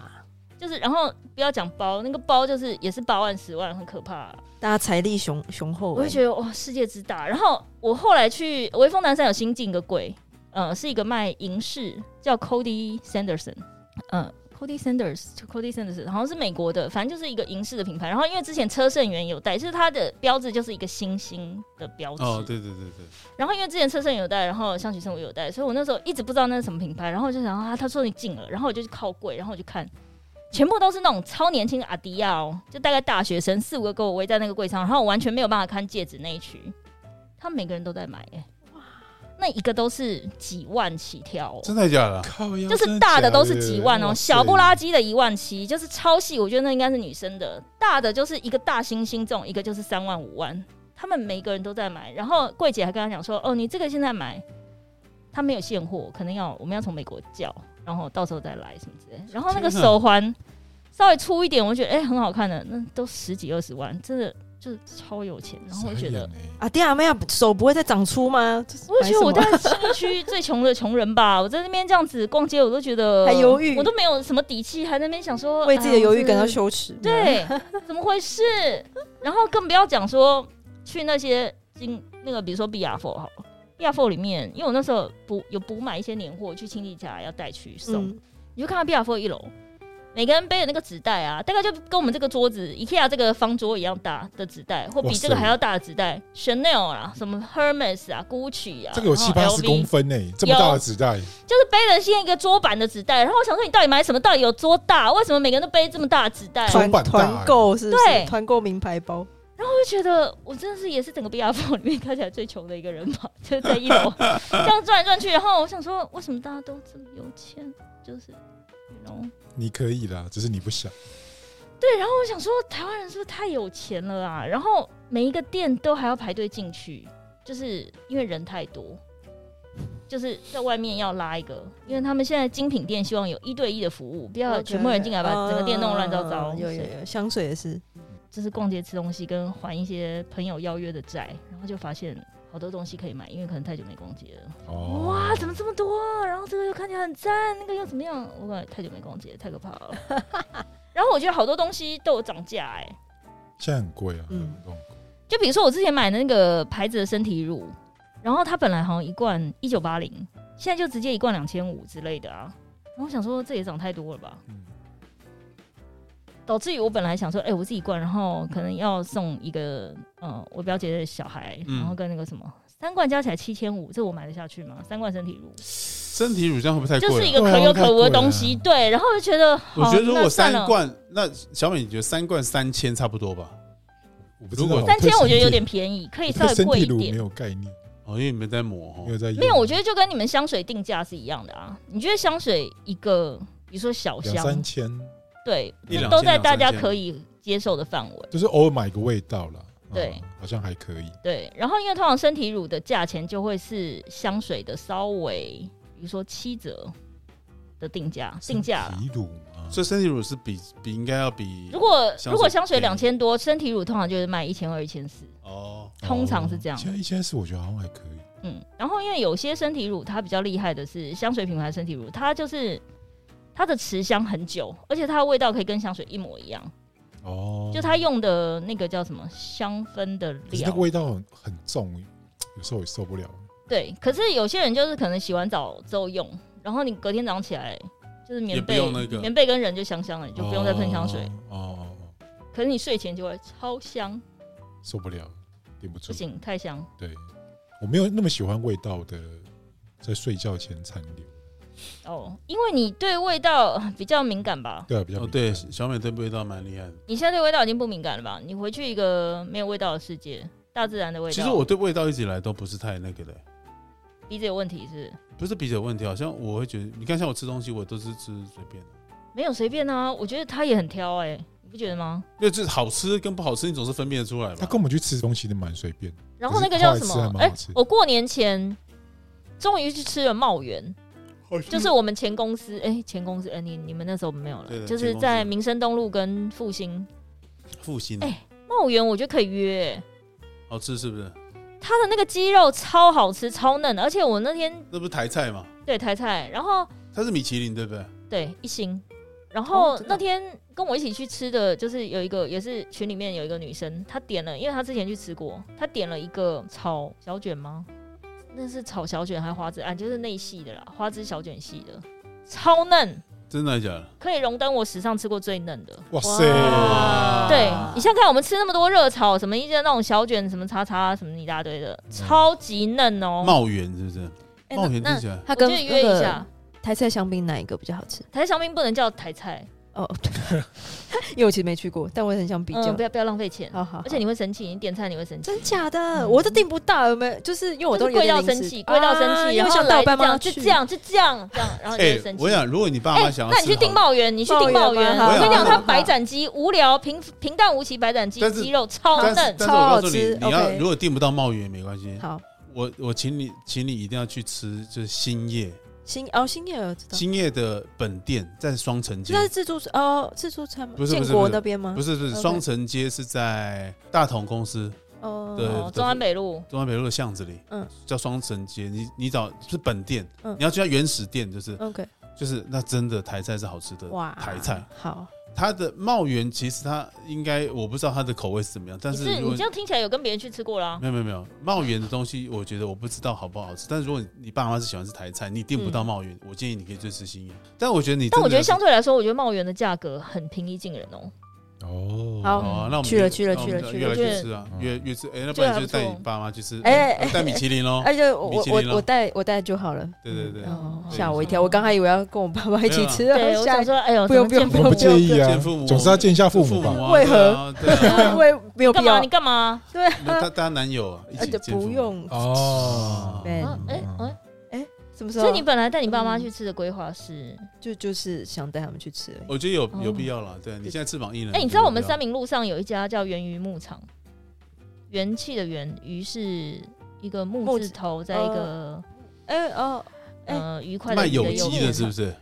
S3: 就是，然后不要讲包，那个包就是也是八万、十万，很可怕、啊
S4: 大家财力雄雄厚欸，
S3: 我会觉得哇，世界之大。然后我后来去微风南山有新进一个柜，呃，是一个卖银饰，叫 Cody Sanderson，呃。Cody Sanders 就 Cody Sanders 好像是美国的，反正就是一个银饰的品牌。然后因为之前车胜元有戴，就是它的标志就是一个星星的标志。
S2: 哦，对对对对，
S3: 然后因为之前车胜有戴，然后象棋胜我有戴，所以我那时候一直不知道那是什么品牌，然后我就想啊，他说你进了，然后我就去靠柜，然后我就看，全部都是那种超年轻的阿迪亚哦，就大概大学生四五个给我围在那个柜上，然后我完全没有办法看戒指那一区，他们每个人都在买耶、那一个都是几万起跳、哦，
S2: 真的假的？啊
S1: 靠腰
S3: 就是大的都是几万哦、小不。
S1: 真的假的哇塞
S3: 拉几的一万七，就是超细，我觉得那应该是女生的。大的就是一个大猩猩这种，一个就是三万五万，他们每个人都在买。然后柜姐还跟他讲说：“哦，你这个现在买，他没有现货，可能要我们要从美国叫，然后到时候再来什么之类的。”然后那个
S2: 天啊
S3: 手环稍微粗一点，我觉得哎、很好看的，那都十几二十万，真的就是超有钱。然后我就觉得
S1: 傻眼欸
S4: 啊，爹阿妹啊，手不会再长出吗？
S3: 我就觉得我
S4: 买什
S3: 在新一区最穷的穷人吧，我在那边这样子逛街，我都觉得
S4: 还犹豫
S3: 我都没有什么底气，还在那边想说
S4: 么为自己的犹豫感到。
S3: 哎呀
S4: 羞耻。
S3: 我是对，怎么回事？然后更不要讲说去那些经那个，比如说 B R Four 好了，B R Four 里面，因为我那时候补有补买一些年货去亲戚家要带去送，
S4: 嗯，
S3: 你就看到 B R Four 一楼。每个人背的那个纸袋啊，大概就跟我们这个桌子 IKEA 这个方桌一样大的纸袋，或比这个
S1: 哇塞
S3: 还要大的纸袋，Chanel 啦，什么 Hermes 啊，Gucci 啊，
S1: 这个有
S3: 然
S1: 七
S3: 后
S1: 八十
S3: LV
S1: 公分诶、这么大的纸袋，
S3: 就是背了现在一个桌板的纸袋，然后我想说你到底买什么？到底有多大？为什么每个人都背这么大的纸袋？
S1: 团
S4: 团
S1: 版大
S2: 欸
S4: 团购是不
S3: 哎对
S4: 是？团购名牌包，
S3: 我就觉得我真的是也是整个 B R 房里面看起来最穷的一个人吧，就是在一楼这样转来转去，然后我想说为什么大家都这么有钱？就是，然后
S1: 你可以啦，只是你不想。
S3: 对，然后我想说台湾人是不是太有钱了啊？然后每一个店都还要排队进去，就是因为人太多。就是在外面要拉一个，因为他们现在精品店希望有一对一的服务，不
S4: 哦
S3: 要全部人进来把整个店弄乱糟糟。
S4: 嗯有有有，香水也是。
S3: 就是逛街吃东西跟还一些朋友邀约的债，然后就发现好多东西可以买，因为可能太久没逛街了。
S1: 哦，
S3: 哇，怎么这么多？然后这个又看起来很赞，那个又怎么样？我感觉太久没逛街，太可怕了。 然后我觉得好多东西都有涨价哎、
S1: 现在很贵啊，
S4: 嗯
S1: 很贵
S3: 就比如说我之前买的那个牌子的身体乳，然后它本来好像一罐一九八零，现在就直接一罐两千五之类的啊。然后我想说这也涨太多了吧，
S1: 嗯
S3: 导致于我本来想说，哎、我自己灌，然后可能要送一个，呃，我表姐的小孩，
S2: 嗯
S3: 然后跟那个什么，三罐加起来七千五，这我买得下去吗？三罐身体乳
S2: 身体乳这样会不会太
S3: 就
S2: 贵了
S3: 是一？个可有可无的东西，对。然后我就觉得，
S2: 我觉得如果
S3: 好那
S2: 三
S3: 算了
S2: 罐，那小美你觉得三罐三千差不多吧？
S1: 我不知道
S2: 如果
S3: 三千，我觉得有
S1: 对身体
S3: 点便宜，可以稍
S1: 对
S3: 微
S1: 身
S3: 贵
S1: 体
S3: 一
S1: 乳没
S3: 点。
S1: 有概念，
S2: 哦，因为你们在磨
S1: 没有
S2: 哦，
S1: 在用
S3: 没有，我觉得就跟你们香水定价是一样的啊。你觉得香水一个，比如说小
S1: 两三
S3: 香，
S1: 千，
S3: 对
S2: 一两，千
S3: 都在大家
S2: 两三千
S3: 可以接受的范围。
S1: 就是偶尔买个味道啦。嗯
S3: 对，
S1: 好像还可以。
S3: 对，然后因为通常身体乳的价钱就会是香水的稍微，比如说七折的定价，定价啦。
S1: 皮乳吗？
S2: 所以身体乳是比比应该要比
S3: 如果
S2: 香水
S3: 如果香水
S2: 便宜
S3: 两千多，身体乳通常就是卖一千二、一千四，
S2: 哦，
S3: 通常是这样
S1: 哦。现在一千四，我觉得好像还可以。
S3: 嗯，然后因为有些身体乳它比较厉害的是香水品牌身体乳，它就是它的持香很久，而且它的味道可以跟香水一模一样，
S1: 哦，
S3: 就它用的那个叫什么香氛的
S1: 可是那
S3: 料
S1: 个。味道很很重，有时候也受不了。
S3: 对，可是有些人就是可能洗完澡之后用，然后你隔天早上起来就是
S2: 也
S3: 棉
S2: 不
S3: 被
S2: 用那个
S3: 棉被跟人就香香了，你就不用再喷香水。
S1: 哦。哦哦哦，
S3: 可是你睡前就会超香，
S1: 受不了，顶不
S3: 不
S1: 住。
S3: 行，太香。
S1: 对，我没有那么喜欢味道的，在睡觉前残留。
S3: 哦，因为你对味道比较敏感吧？
S1: 对啊，比较
S2: 哦
S1: 敏
S2: 对，
S1: 感
S2: 小美对味道蛮厉害的。
S3: 你现在对味道已经不敏感了吧？你回去一个没有味道的世界，大自然的味道。
S2: 其实我对味道一直以来都不是太那个的，
S3: 鼻子有问题是不是
S2: 不是鼻子有问题，好像我会觉得，你看像我吃东西，我都是吃随便的，
S3: 没有随便啊，我觉得他也很挑哎、你不觉得吗？
S2: 因为这好吃跟不好吃，你总是分辨得出来
S1: 他
S2: 吧
S1: 啊跟？我们去吃东西都蛮随便的，
S3: 然后那个叫什
S1: 可是后来吃还？
S3: 么
S1: 蛮
S3: 哎、
S1: 好吃
S3: 我过年前终于去吃了茂源，
S2: 嗯
S3: 就是我们前公司，哎、前公司，哎、你你们那时候没有
S2: 对
S3: 了，
S2: 的
S3: 就是在民生东路跟复兴
S2: 复兴
S3: 哎茂源，我觉得可以约、
S2: 好吃是不是？
S3: 它的那个鸡肉超好吃，超嫩，而且我那天
S2: 那不是台菜嘛？
S3: 对台菜，然后
S2: 它是米其林对不对？
S3: 对一星，然后
S4: 哦真的
S3: 那天跟我一起去吃的就是有一个也是群里面有一个女生，她点了，因为她之前去吃过，她点了一个炒小卷吗？那是炒小卷还是花枝啊？就是那一系的啦，花枝小卷系的，超嫩，
S2: 真的假的？
S3: 可以荣登我史上吃过最嫩的。
S1: 哇
S4: 哇
S1: 塞！
S4: 啊
S3: 对你想想看，我们吃那么多热炒，什么一些那种小卷，什么叉叉，什么一大堆的，
S4: 嗯
S3: 超级嫩哦、
S2: 茂源是不是？
S3: 哎
S2: 茂源
S3: 那
S2: 听起来
S4: 它
S3: 我觉
S4: 跟
S3: 得
S4: 那
S3: 约一下
S4: 个，台菜香槟哪一个比较好吃？
S3: 台菜香槟不能叫台菜，
S4: 哦，对，因为我其实没去过，但我也很想比较
S3: 嗯，不。要不要浪费钱，
S4: 好好，
S3: 而且你会生气，你点菜你会生气。
S4: 真假的，
S3: 嗯
S4: 我都订不到，有没有？就是因为我都
S3: 就是贵到
S4: 有点临
S3: 生
S4: 时
S3: 气，贵到生
S4: 啊
S3: 气，
S4: 因
S3: 然
S4: 为
S3: 后
S4: 想到
S3: 来
S4: 我爸
S3: 这
S4: 妈
S3: 样就这样就这样这样，然后你就会生气。
S2: 哎我想，如果你爸
S3: 哎
S2: 妈想要
S3: 那
S2: 吃，
S3: 你去订，茂源，你去订
S4: 茂
S3: 茂
S4: 源
S3: 源。
S4: 吧
S3: 我跟你讲，
S4: 好
S3: 他
S4: 好
S3: 白斩鸡无聊，平平淡无奇白斩鸡
S2: 但，是
S3: 鸡肉超
S2: 但是
S3: 嫩。
S2: 但是我告诉
S4: 超好
S2: 你，
S4: 吃
S2: 你要
S4: OK
S2: 如果订不到茂源也没关系，
S4: 好，
S2: 我我请你，请你一定要去吃，就是兴业
S4: 新哦新叶儿知道，
S2: 兴业的本店在双城街
S4: 这，是自助哦自助餐吗
S2: 不？是不
S4: 建
S2: 是
S4: 国那边
S3: 嗯
S4: 吗
S2: 不？是不
S3: 呃
S2: 是
S4: OK
S2: 双城街是在大同公司对
S4: 哦，
S3: 哦，中安北路，
S2: 中央北路的巷子里，
S4: 嗯
S2: 叫双城街，你你找是本店，
S4: 嗯
S2: 你要去它原始店，
S3: 嗯
S2: 就是、
S4: ，OK，
S2: 就是那真的台菜是好吃的，
S4: 哇，
S2: 台菜
S4: 好，
S2: 它的茂源其实它应该我不知道它的口味是怎么样，但
S3: 你
S2: 是
S3: 是
S2: 如
S3: 你
S2: 果
S3: 这样听起来有跟别人去吃过啦？
S2: 没有没有没有，茂源的东西，我觉得我不知道好不好吃。但是如果你爸妈是喜欢吃台菜，你订不到茂源，我建议你可以去吃新野。但我觉得你真的，
S3: 嗯但我觉得相对来说，我觉得茂源的价格很平易近人哦。
S1: 哦，
S4: 好
S2: 哦、啊，那我们
S4: 去了
S2: 约
S4: 去了
S2: 那我们
S4: 去
S2: 就
S4: 了去
S2: 约来去
S3: 嗯了我觉得
S2: 吃啊，
S1: 嗯
S2: 约约吃。哎，那不
S3: 对啊
S2: 然就
S3: 不错
S2: 带你爸妈去吃，
S4: 哎
S2: 呃带米其林喽。
S4: 而且我
S2: 米
S4: 我
S2: 其林
S4: 我
S2: 咯
S4: 我带我带就好了。
S2: 对对
S3: 嗯
S2: 对，
S4: 哦，
S2: 对
S4: 吓我一
S3: 对
S4: 跳，我刚还以为要跟我爸妈一
S2: 啊
S4: 起吃，啊
S3: 对，我
S4: 吓
S3: 想
S4: 一跳
S3: 说，哎呦，
S4: 不用
S3: 怎么见
S4: 不
S1: 我
S4: 用
S1: 们不介意啊
S2: 见父母，
S1: 总是要见一下父母吧。
S2: 啊
S4: 为
S2: 对啊对 啊，
S4: 因为没有必
S3: 干嘛？
S4: 要
S3: 你，干嘛？
S4: 对啊，
S2: 那他他男友啊一
S4: 而
S3: 呃
S2: 起
S4: 且
S2: 见父母
S4: 不用，
S1: 哦，
S4: 对
S3: 啊哎
S2: 嗯
S3: 哎，
S4: 什么时
S3: 所
S4: 候
S3: 以你本来带你爸妈去吃的规划是？
S4: 就就是想带他们去吃而已。
S2: 我觉得有有
S3: 哦
S2: 必要了。对你现在翅膀硬了。
S3: 哎、你知道我
S2: 有
S3: 们
S2: 必要
S3: 三明路上有一家叫元鱼牧场，元气的元，鱼是一个木
S4: 木
S3: 字
S4: 字
S3: 头，在一个、
S4: 哎哦，哎
S3: 呃愉快
S2: 卖
S3: 的鱼
S2: 有
S3: 的右
S2: 机
S3: 边
S2: 的，是不是？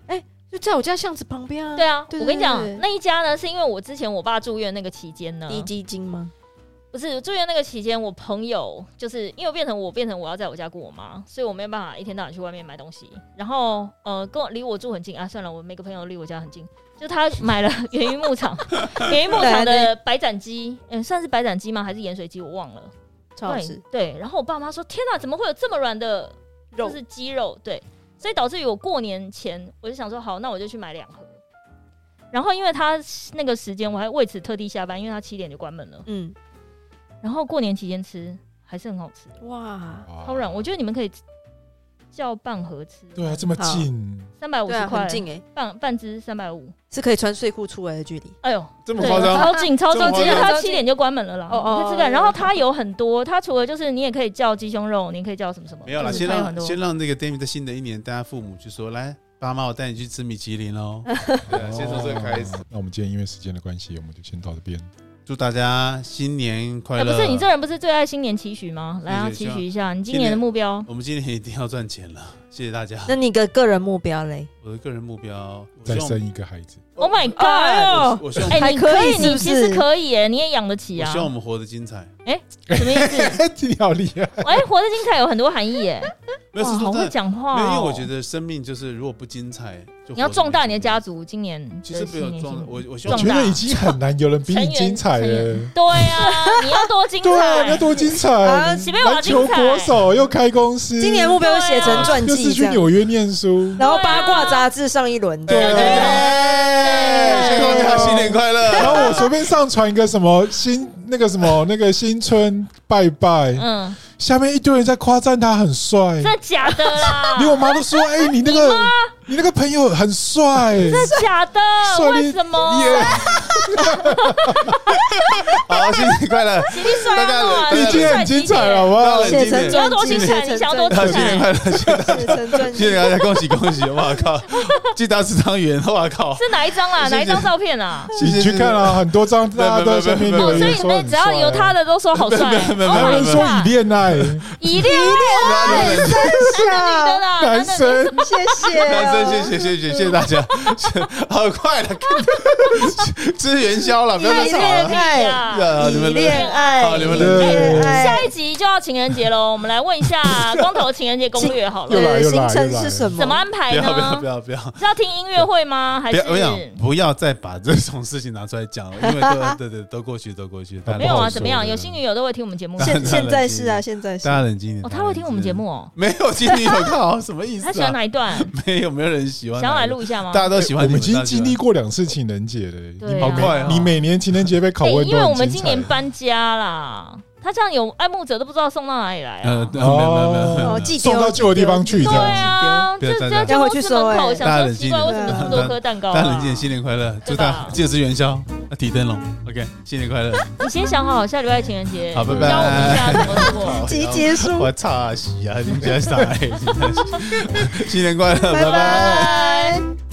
S4: 就在我家巷子旁边啊。
S3: 对啊，
S4: 对
S3: 我跟你讲
S4: 对对，
S3: 那一家呢，是因为我之前我爸住院那个期间呢，
S4: 低基金吗？
S3: 不是住院那个期间，我朋友就是因为我变成我变成我要在我家顾我妈，所以我没有办法一天到晚去外面买东西。然后呃，跟我离我住很近啊，算了，我每个朋友离我家很近，就他买了源于 牧场，源于牧场的白斩鸡，嗯、算是白斩鸡吗？还是盐水鸡？我忘了。
S4: 超好
S3: 对
S4: 吃，
S3: 对，然后我爸妈说：“天哪，怎么会有这么软的，就
S4: 肉
S3: 是鸡肉？”对，所以导致于我过年前我就想说，好，那我就去买两盒。然后因为他那个时间，我还为此特地下班，因为他七点就关门了。
S4: 嗯，
S3: 然后过年期间吃还是很好吃，
S4: 哇，
S1: 哇
S3: 啊超软。我觉得你们可以叫半盒吃，
S1: 对啊，这么
S4: 好
S1: 近，
S3: 三百五
S4: 对
S3: 十
S4: 啊，
S3: 块
S4: 很，近哎、
S3: 半半只三百五，
S4: 是可以穿睡裤出来的距离。
S3: 哎呦，
S2: 这么
S3: 对，
S2: 夸张？
S3: 超紧超
S2: 这么夸
S3: 紧，其实
S2: 张
S3: 它七点就关门了啦。
S4: 哦哦
S3: 你看这个，然后它有很多，它除了就是你也可以叫鸡胸肉，你可以叫什么什么，
S2: 没有啦，
S3: 就是
S2: 先
S3: 它有很
S2: 让
S3: 多
S2: 先让那个 Demi 在新的一年，大家父母就说来，爸妈，我带你去吃米其林喽。对啊， 先从这个开始，
S1: 哦。那我们今天因为时间的关系，我们就先到这边。
S2: 祝大家新年快
S3: 哎，不
S2: 乐。
S3: 是你这人不是最爱新年期许吗？来啊，
S2: 谢谢
S3: 期
S2: 希望
S3: 许一下你今
S2: 今
S3: 年的
S2: 年
S3: 目标。
S2: 我们今年一定要赚钱了，谢谢大家。
S4: 那你的个人目标嘞？
S2: 我的个人目标，我
S1: 再
S2: 希望
S1: 生一个孩子，
S3: Oh my god！
S4: 哎呦
S2: 我我希望
S3: 哎、
S4: 还
S3: 你
S4: 可以
S3: 以，
S4: 是不
S3: 你其实
S4: 是
S3: 可以，哎，你也养得起
S2: 我
S3: 啊
S2: 希？望我们活得精彩。
S3: 什么意 思？
S1: 你好厉害！
S3: 哎、活得精彩有很多含义，哎，
S2: 没有
S3: 哇
S2: 是说
S3: 好会
S2: 真的，
S3: 讲话、
S2: 没
S3: 哦。
S2: 有，因为我觉得生命就是如果不精彩，就活得
S3: 你要壮大
S2: 没
S3: 你的
S2: 意义
S3: 家。族，今年的
S2: 其实不有
S3: 新年
S2: 壮
S3: 新
S2: 大，
S3: 目
S2: 我我希
S1: 我
S2: 望
S3: 壮
S1: 觉得已经很难有人比你精彩
S3: 成员
S1: 了。
S3: 对啊，你要多 精
S1: 对啊，你要
S3: 彩，
S1: 多精
S4: 啊
S1: 彩！
S2: 呃
S3: 喜贝瓦
S1: 篮
S3: 精
S1: 球
S3: 彩
S1: 国。手又开公司，
S4: 今年目标写成传
S1: 又是
S4: 记这
S1: 去
S2: 嗯啊
S4: 样，
S1: 纽约念书。
S4: 然后八卦杂志上一轮。
S1: 对啊
S2: 哎希望大家新年快乐。
S1: 然后我随便上传一个什么新那个什么那个新春拜拜，
S3: 嗯，
S1: 下面一堆人在夸赞他很帅
S3: 真，的假的啦？
S1: 连我妈都说：“哎，你那个你那个朋友很帅，
S3: 真的假的？
S1: 帅
S3: 为
S1: 你
S3: 什么？
S1: 耶
S2: 好，新年快乐！
S3: 请你甩
S2: 大家
S3: 我！
S2: 大家
S1: 你
S3: 你
S1: 今天很
S3: 啊
S1: 精彩，好不好
S2: 大家
S4: 写成
S3: 你要
S4: 传
S3: 多
S4: 记，
S3: 精
S4: 写
S3: 彩，
S4: 成
S3: 你想要多
S4: 传
S2: 好，
S3: 精
S2: 新年快
S3: 彩。
S2: 乐！
S4: 写成传
S2: 新
S4: 记。
S2: 年大家恭喜恭喜！我靠，记得要吃汤圆，我靠！
S3: 是哪一张啊？
S2: 谢谢
S3: 哪一张照片啊？
S1: 你去看啊，很多张大家都在下面
S3: 哦，
S1: 留言
S3: 所以你
S1: 说
S3: 们
S1: 很
S3: 只要有
S1: 帅。
S3: 他的都说好帅，Oh
S2: 没有没有没有
S1: 还有
S3: my
S1: 人说
S3: god
S1: 以恋 爱，
S3: 以恋爱，
S2: 男生
S3: 真的啦，
S1: 男
S3: 真的
S1: 生
S4: 啊谢谢哦，
S2: 男生，谢谢谢谢谢谢大家，好快了，吃元宵了，不要再吵
S4: 太
S2: 了
S4: 厉。
S3: 哎呀
S2: 是啊你们
S4: 以恋爱，
S2: 好你们冷
S1: 静
S4: 以恋爱
S3: 下一集就要情人节喽，我们来问一下光头情人节攻略好
S1: 又
S3: 了，
S1: 来
S4: 呃
S1: 又来
S4: 行程
S1: 又来
S4: 是什么？
S3: 怎么安排
S2: 不要不要
S3: 呢
S2: 不？要不要！
S3: 是要听音乐会吗？还
S2: 不
S3: 是
S2: 要，我想不要再把这种事情拿出来讲了，因为都对对都过去都过去，大家
S3: 没有
S1: 不好
S3: 啊？
S1: 说
S3: 怎么样？
S2: 对
S3: 有新女友都会听我们节目吗，
S4: 现
S2: 现
S4: 现在是啊，现在是
S2: 大。家冷静一点。
S3: 哦，
S2: 大
S3: 他
S2: 家冷
S3: 会听
S2: 静
S3: 我们节目哦。
S2: 没有听你有靠，什么意思
S3: 他
S2: 啊？
S3: 喜欢哪一段？
S2: 没有没有人喜欢，
S3: 想要来，录一下吗？
S2: 大家都喜欢
S1: 我
S2: 你
S1: 们
S2: 们。
S1: 已经经历
S2: 过，
S1: 过两次情人节了，你
S3: 对啊
S2: 好快啊！
S1: 你每年情人节被拷
S3: 哎
S1: 问
S3: 因
S1: 都
S3: 为我
S1: 很
S3: 们
S1: 精
S3: 今
S1: 彩
S3: 年。搬家啦，他这样有爱慕者都不知道送到哪里来
S2: 呃，
S3: 啊。
S2: 没有没有没有没有
S4: 哦，
S2: 没有，
S4: 寄
S1: 送到旧的地方去
S3: 对
S1: 这样
S3: 啊，
S2: 不要
S3: 这
S2: 大
S3: 这
S2: 家
S3: 要公司门口，
S2: 家
S4: 大
S3: 想说
S2: 冷
S3: 奇
S2: 静
S3: 怪，
S2: 点
S3: 为什么这么多颗蛋糕？啊
S2: 大家冷静，新年快乐！祝大
S3: 哦对
S2: 家
S3: 吧
S2: 记得吃元宵，啊，提灯笼，OK，新年 快乐！
S3: 你先想好下礼拜情人节，
S2: 好拜拜
S3: 教我们一下怎么 做。
S4: 集结束，
S2: 我操 啊！喜啊，你们家傻哎！真的是新年快乐，拜拜。
S4: 拜。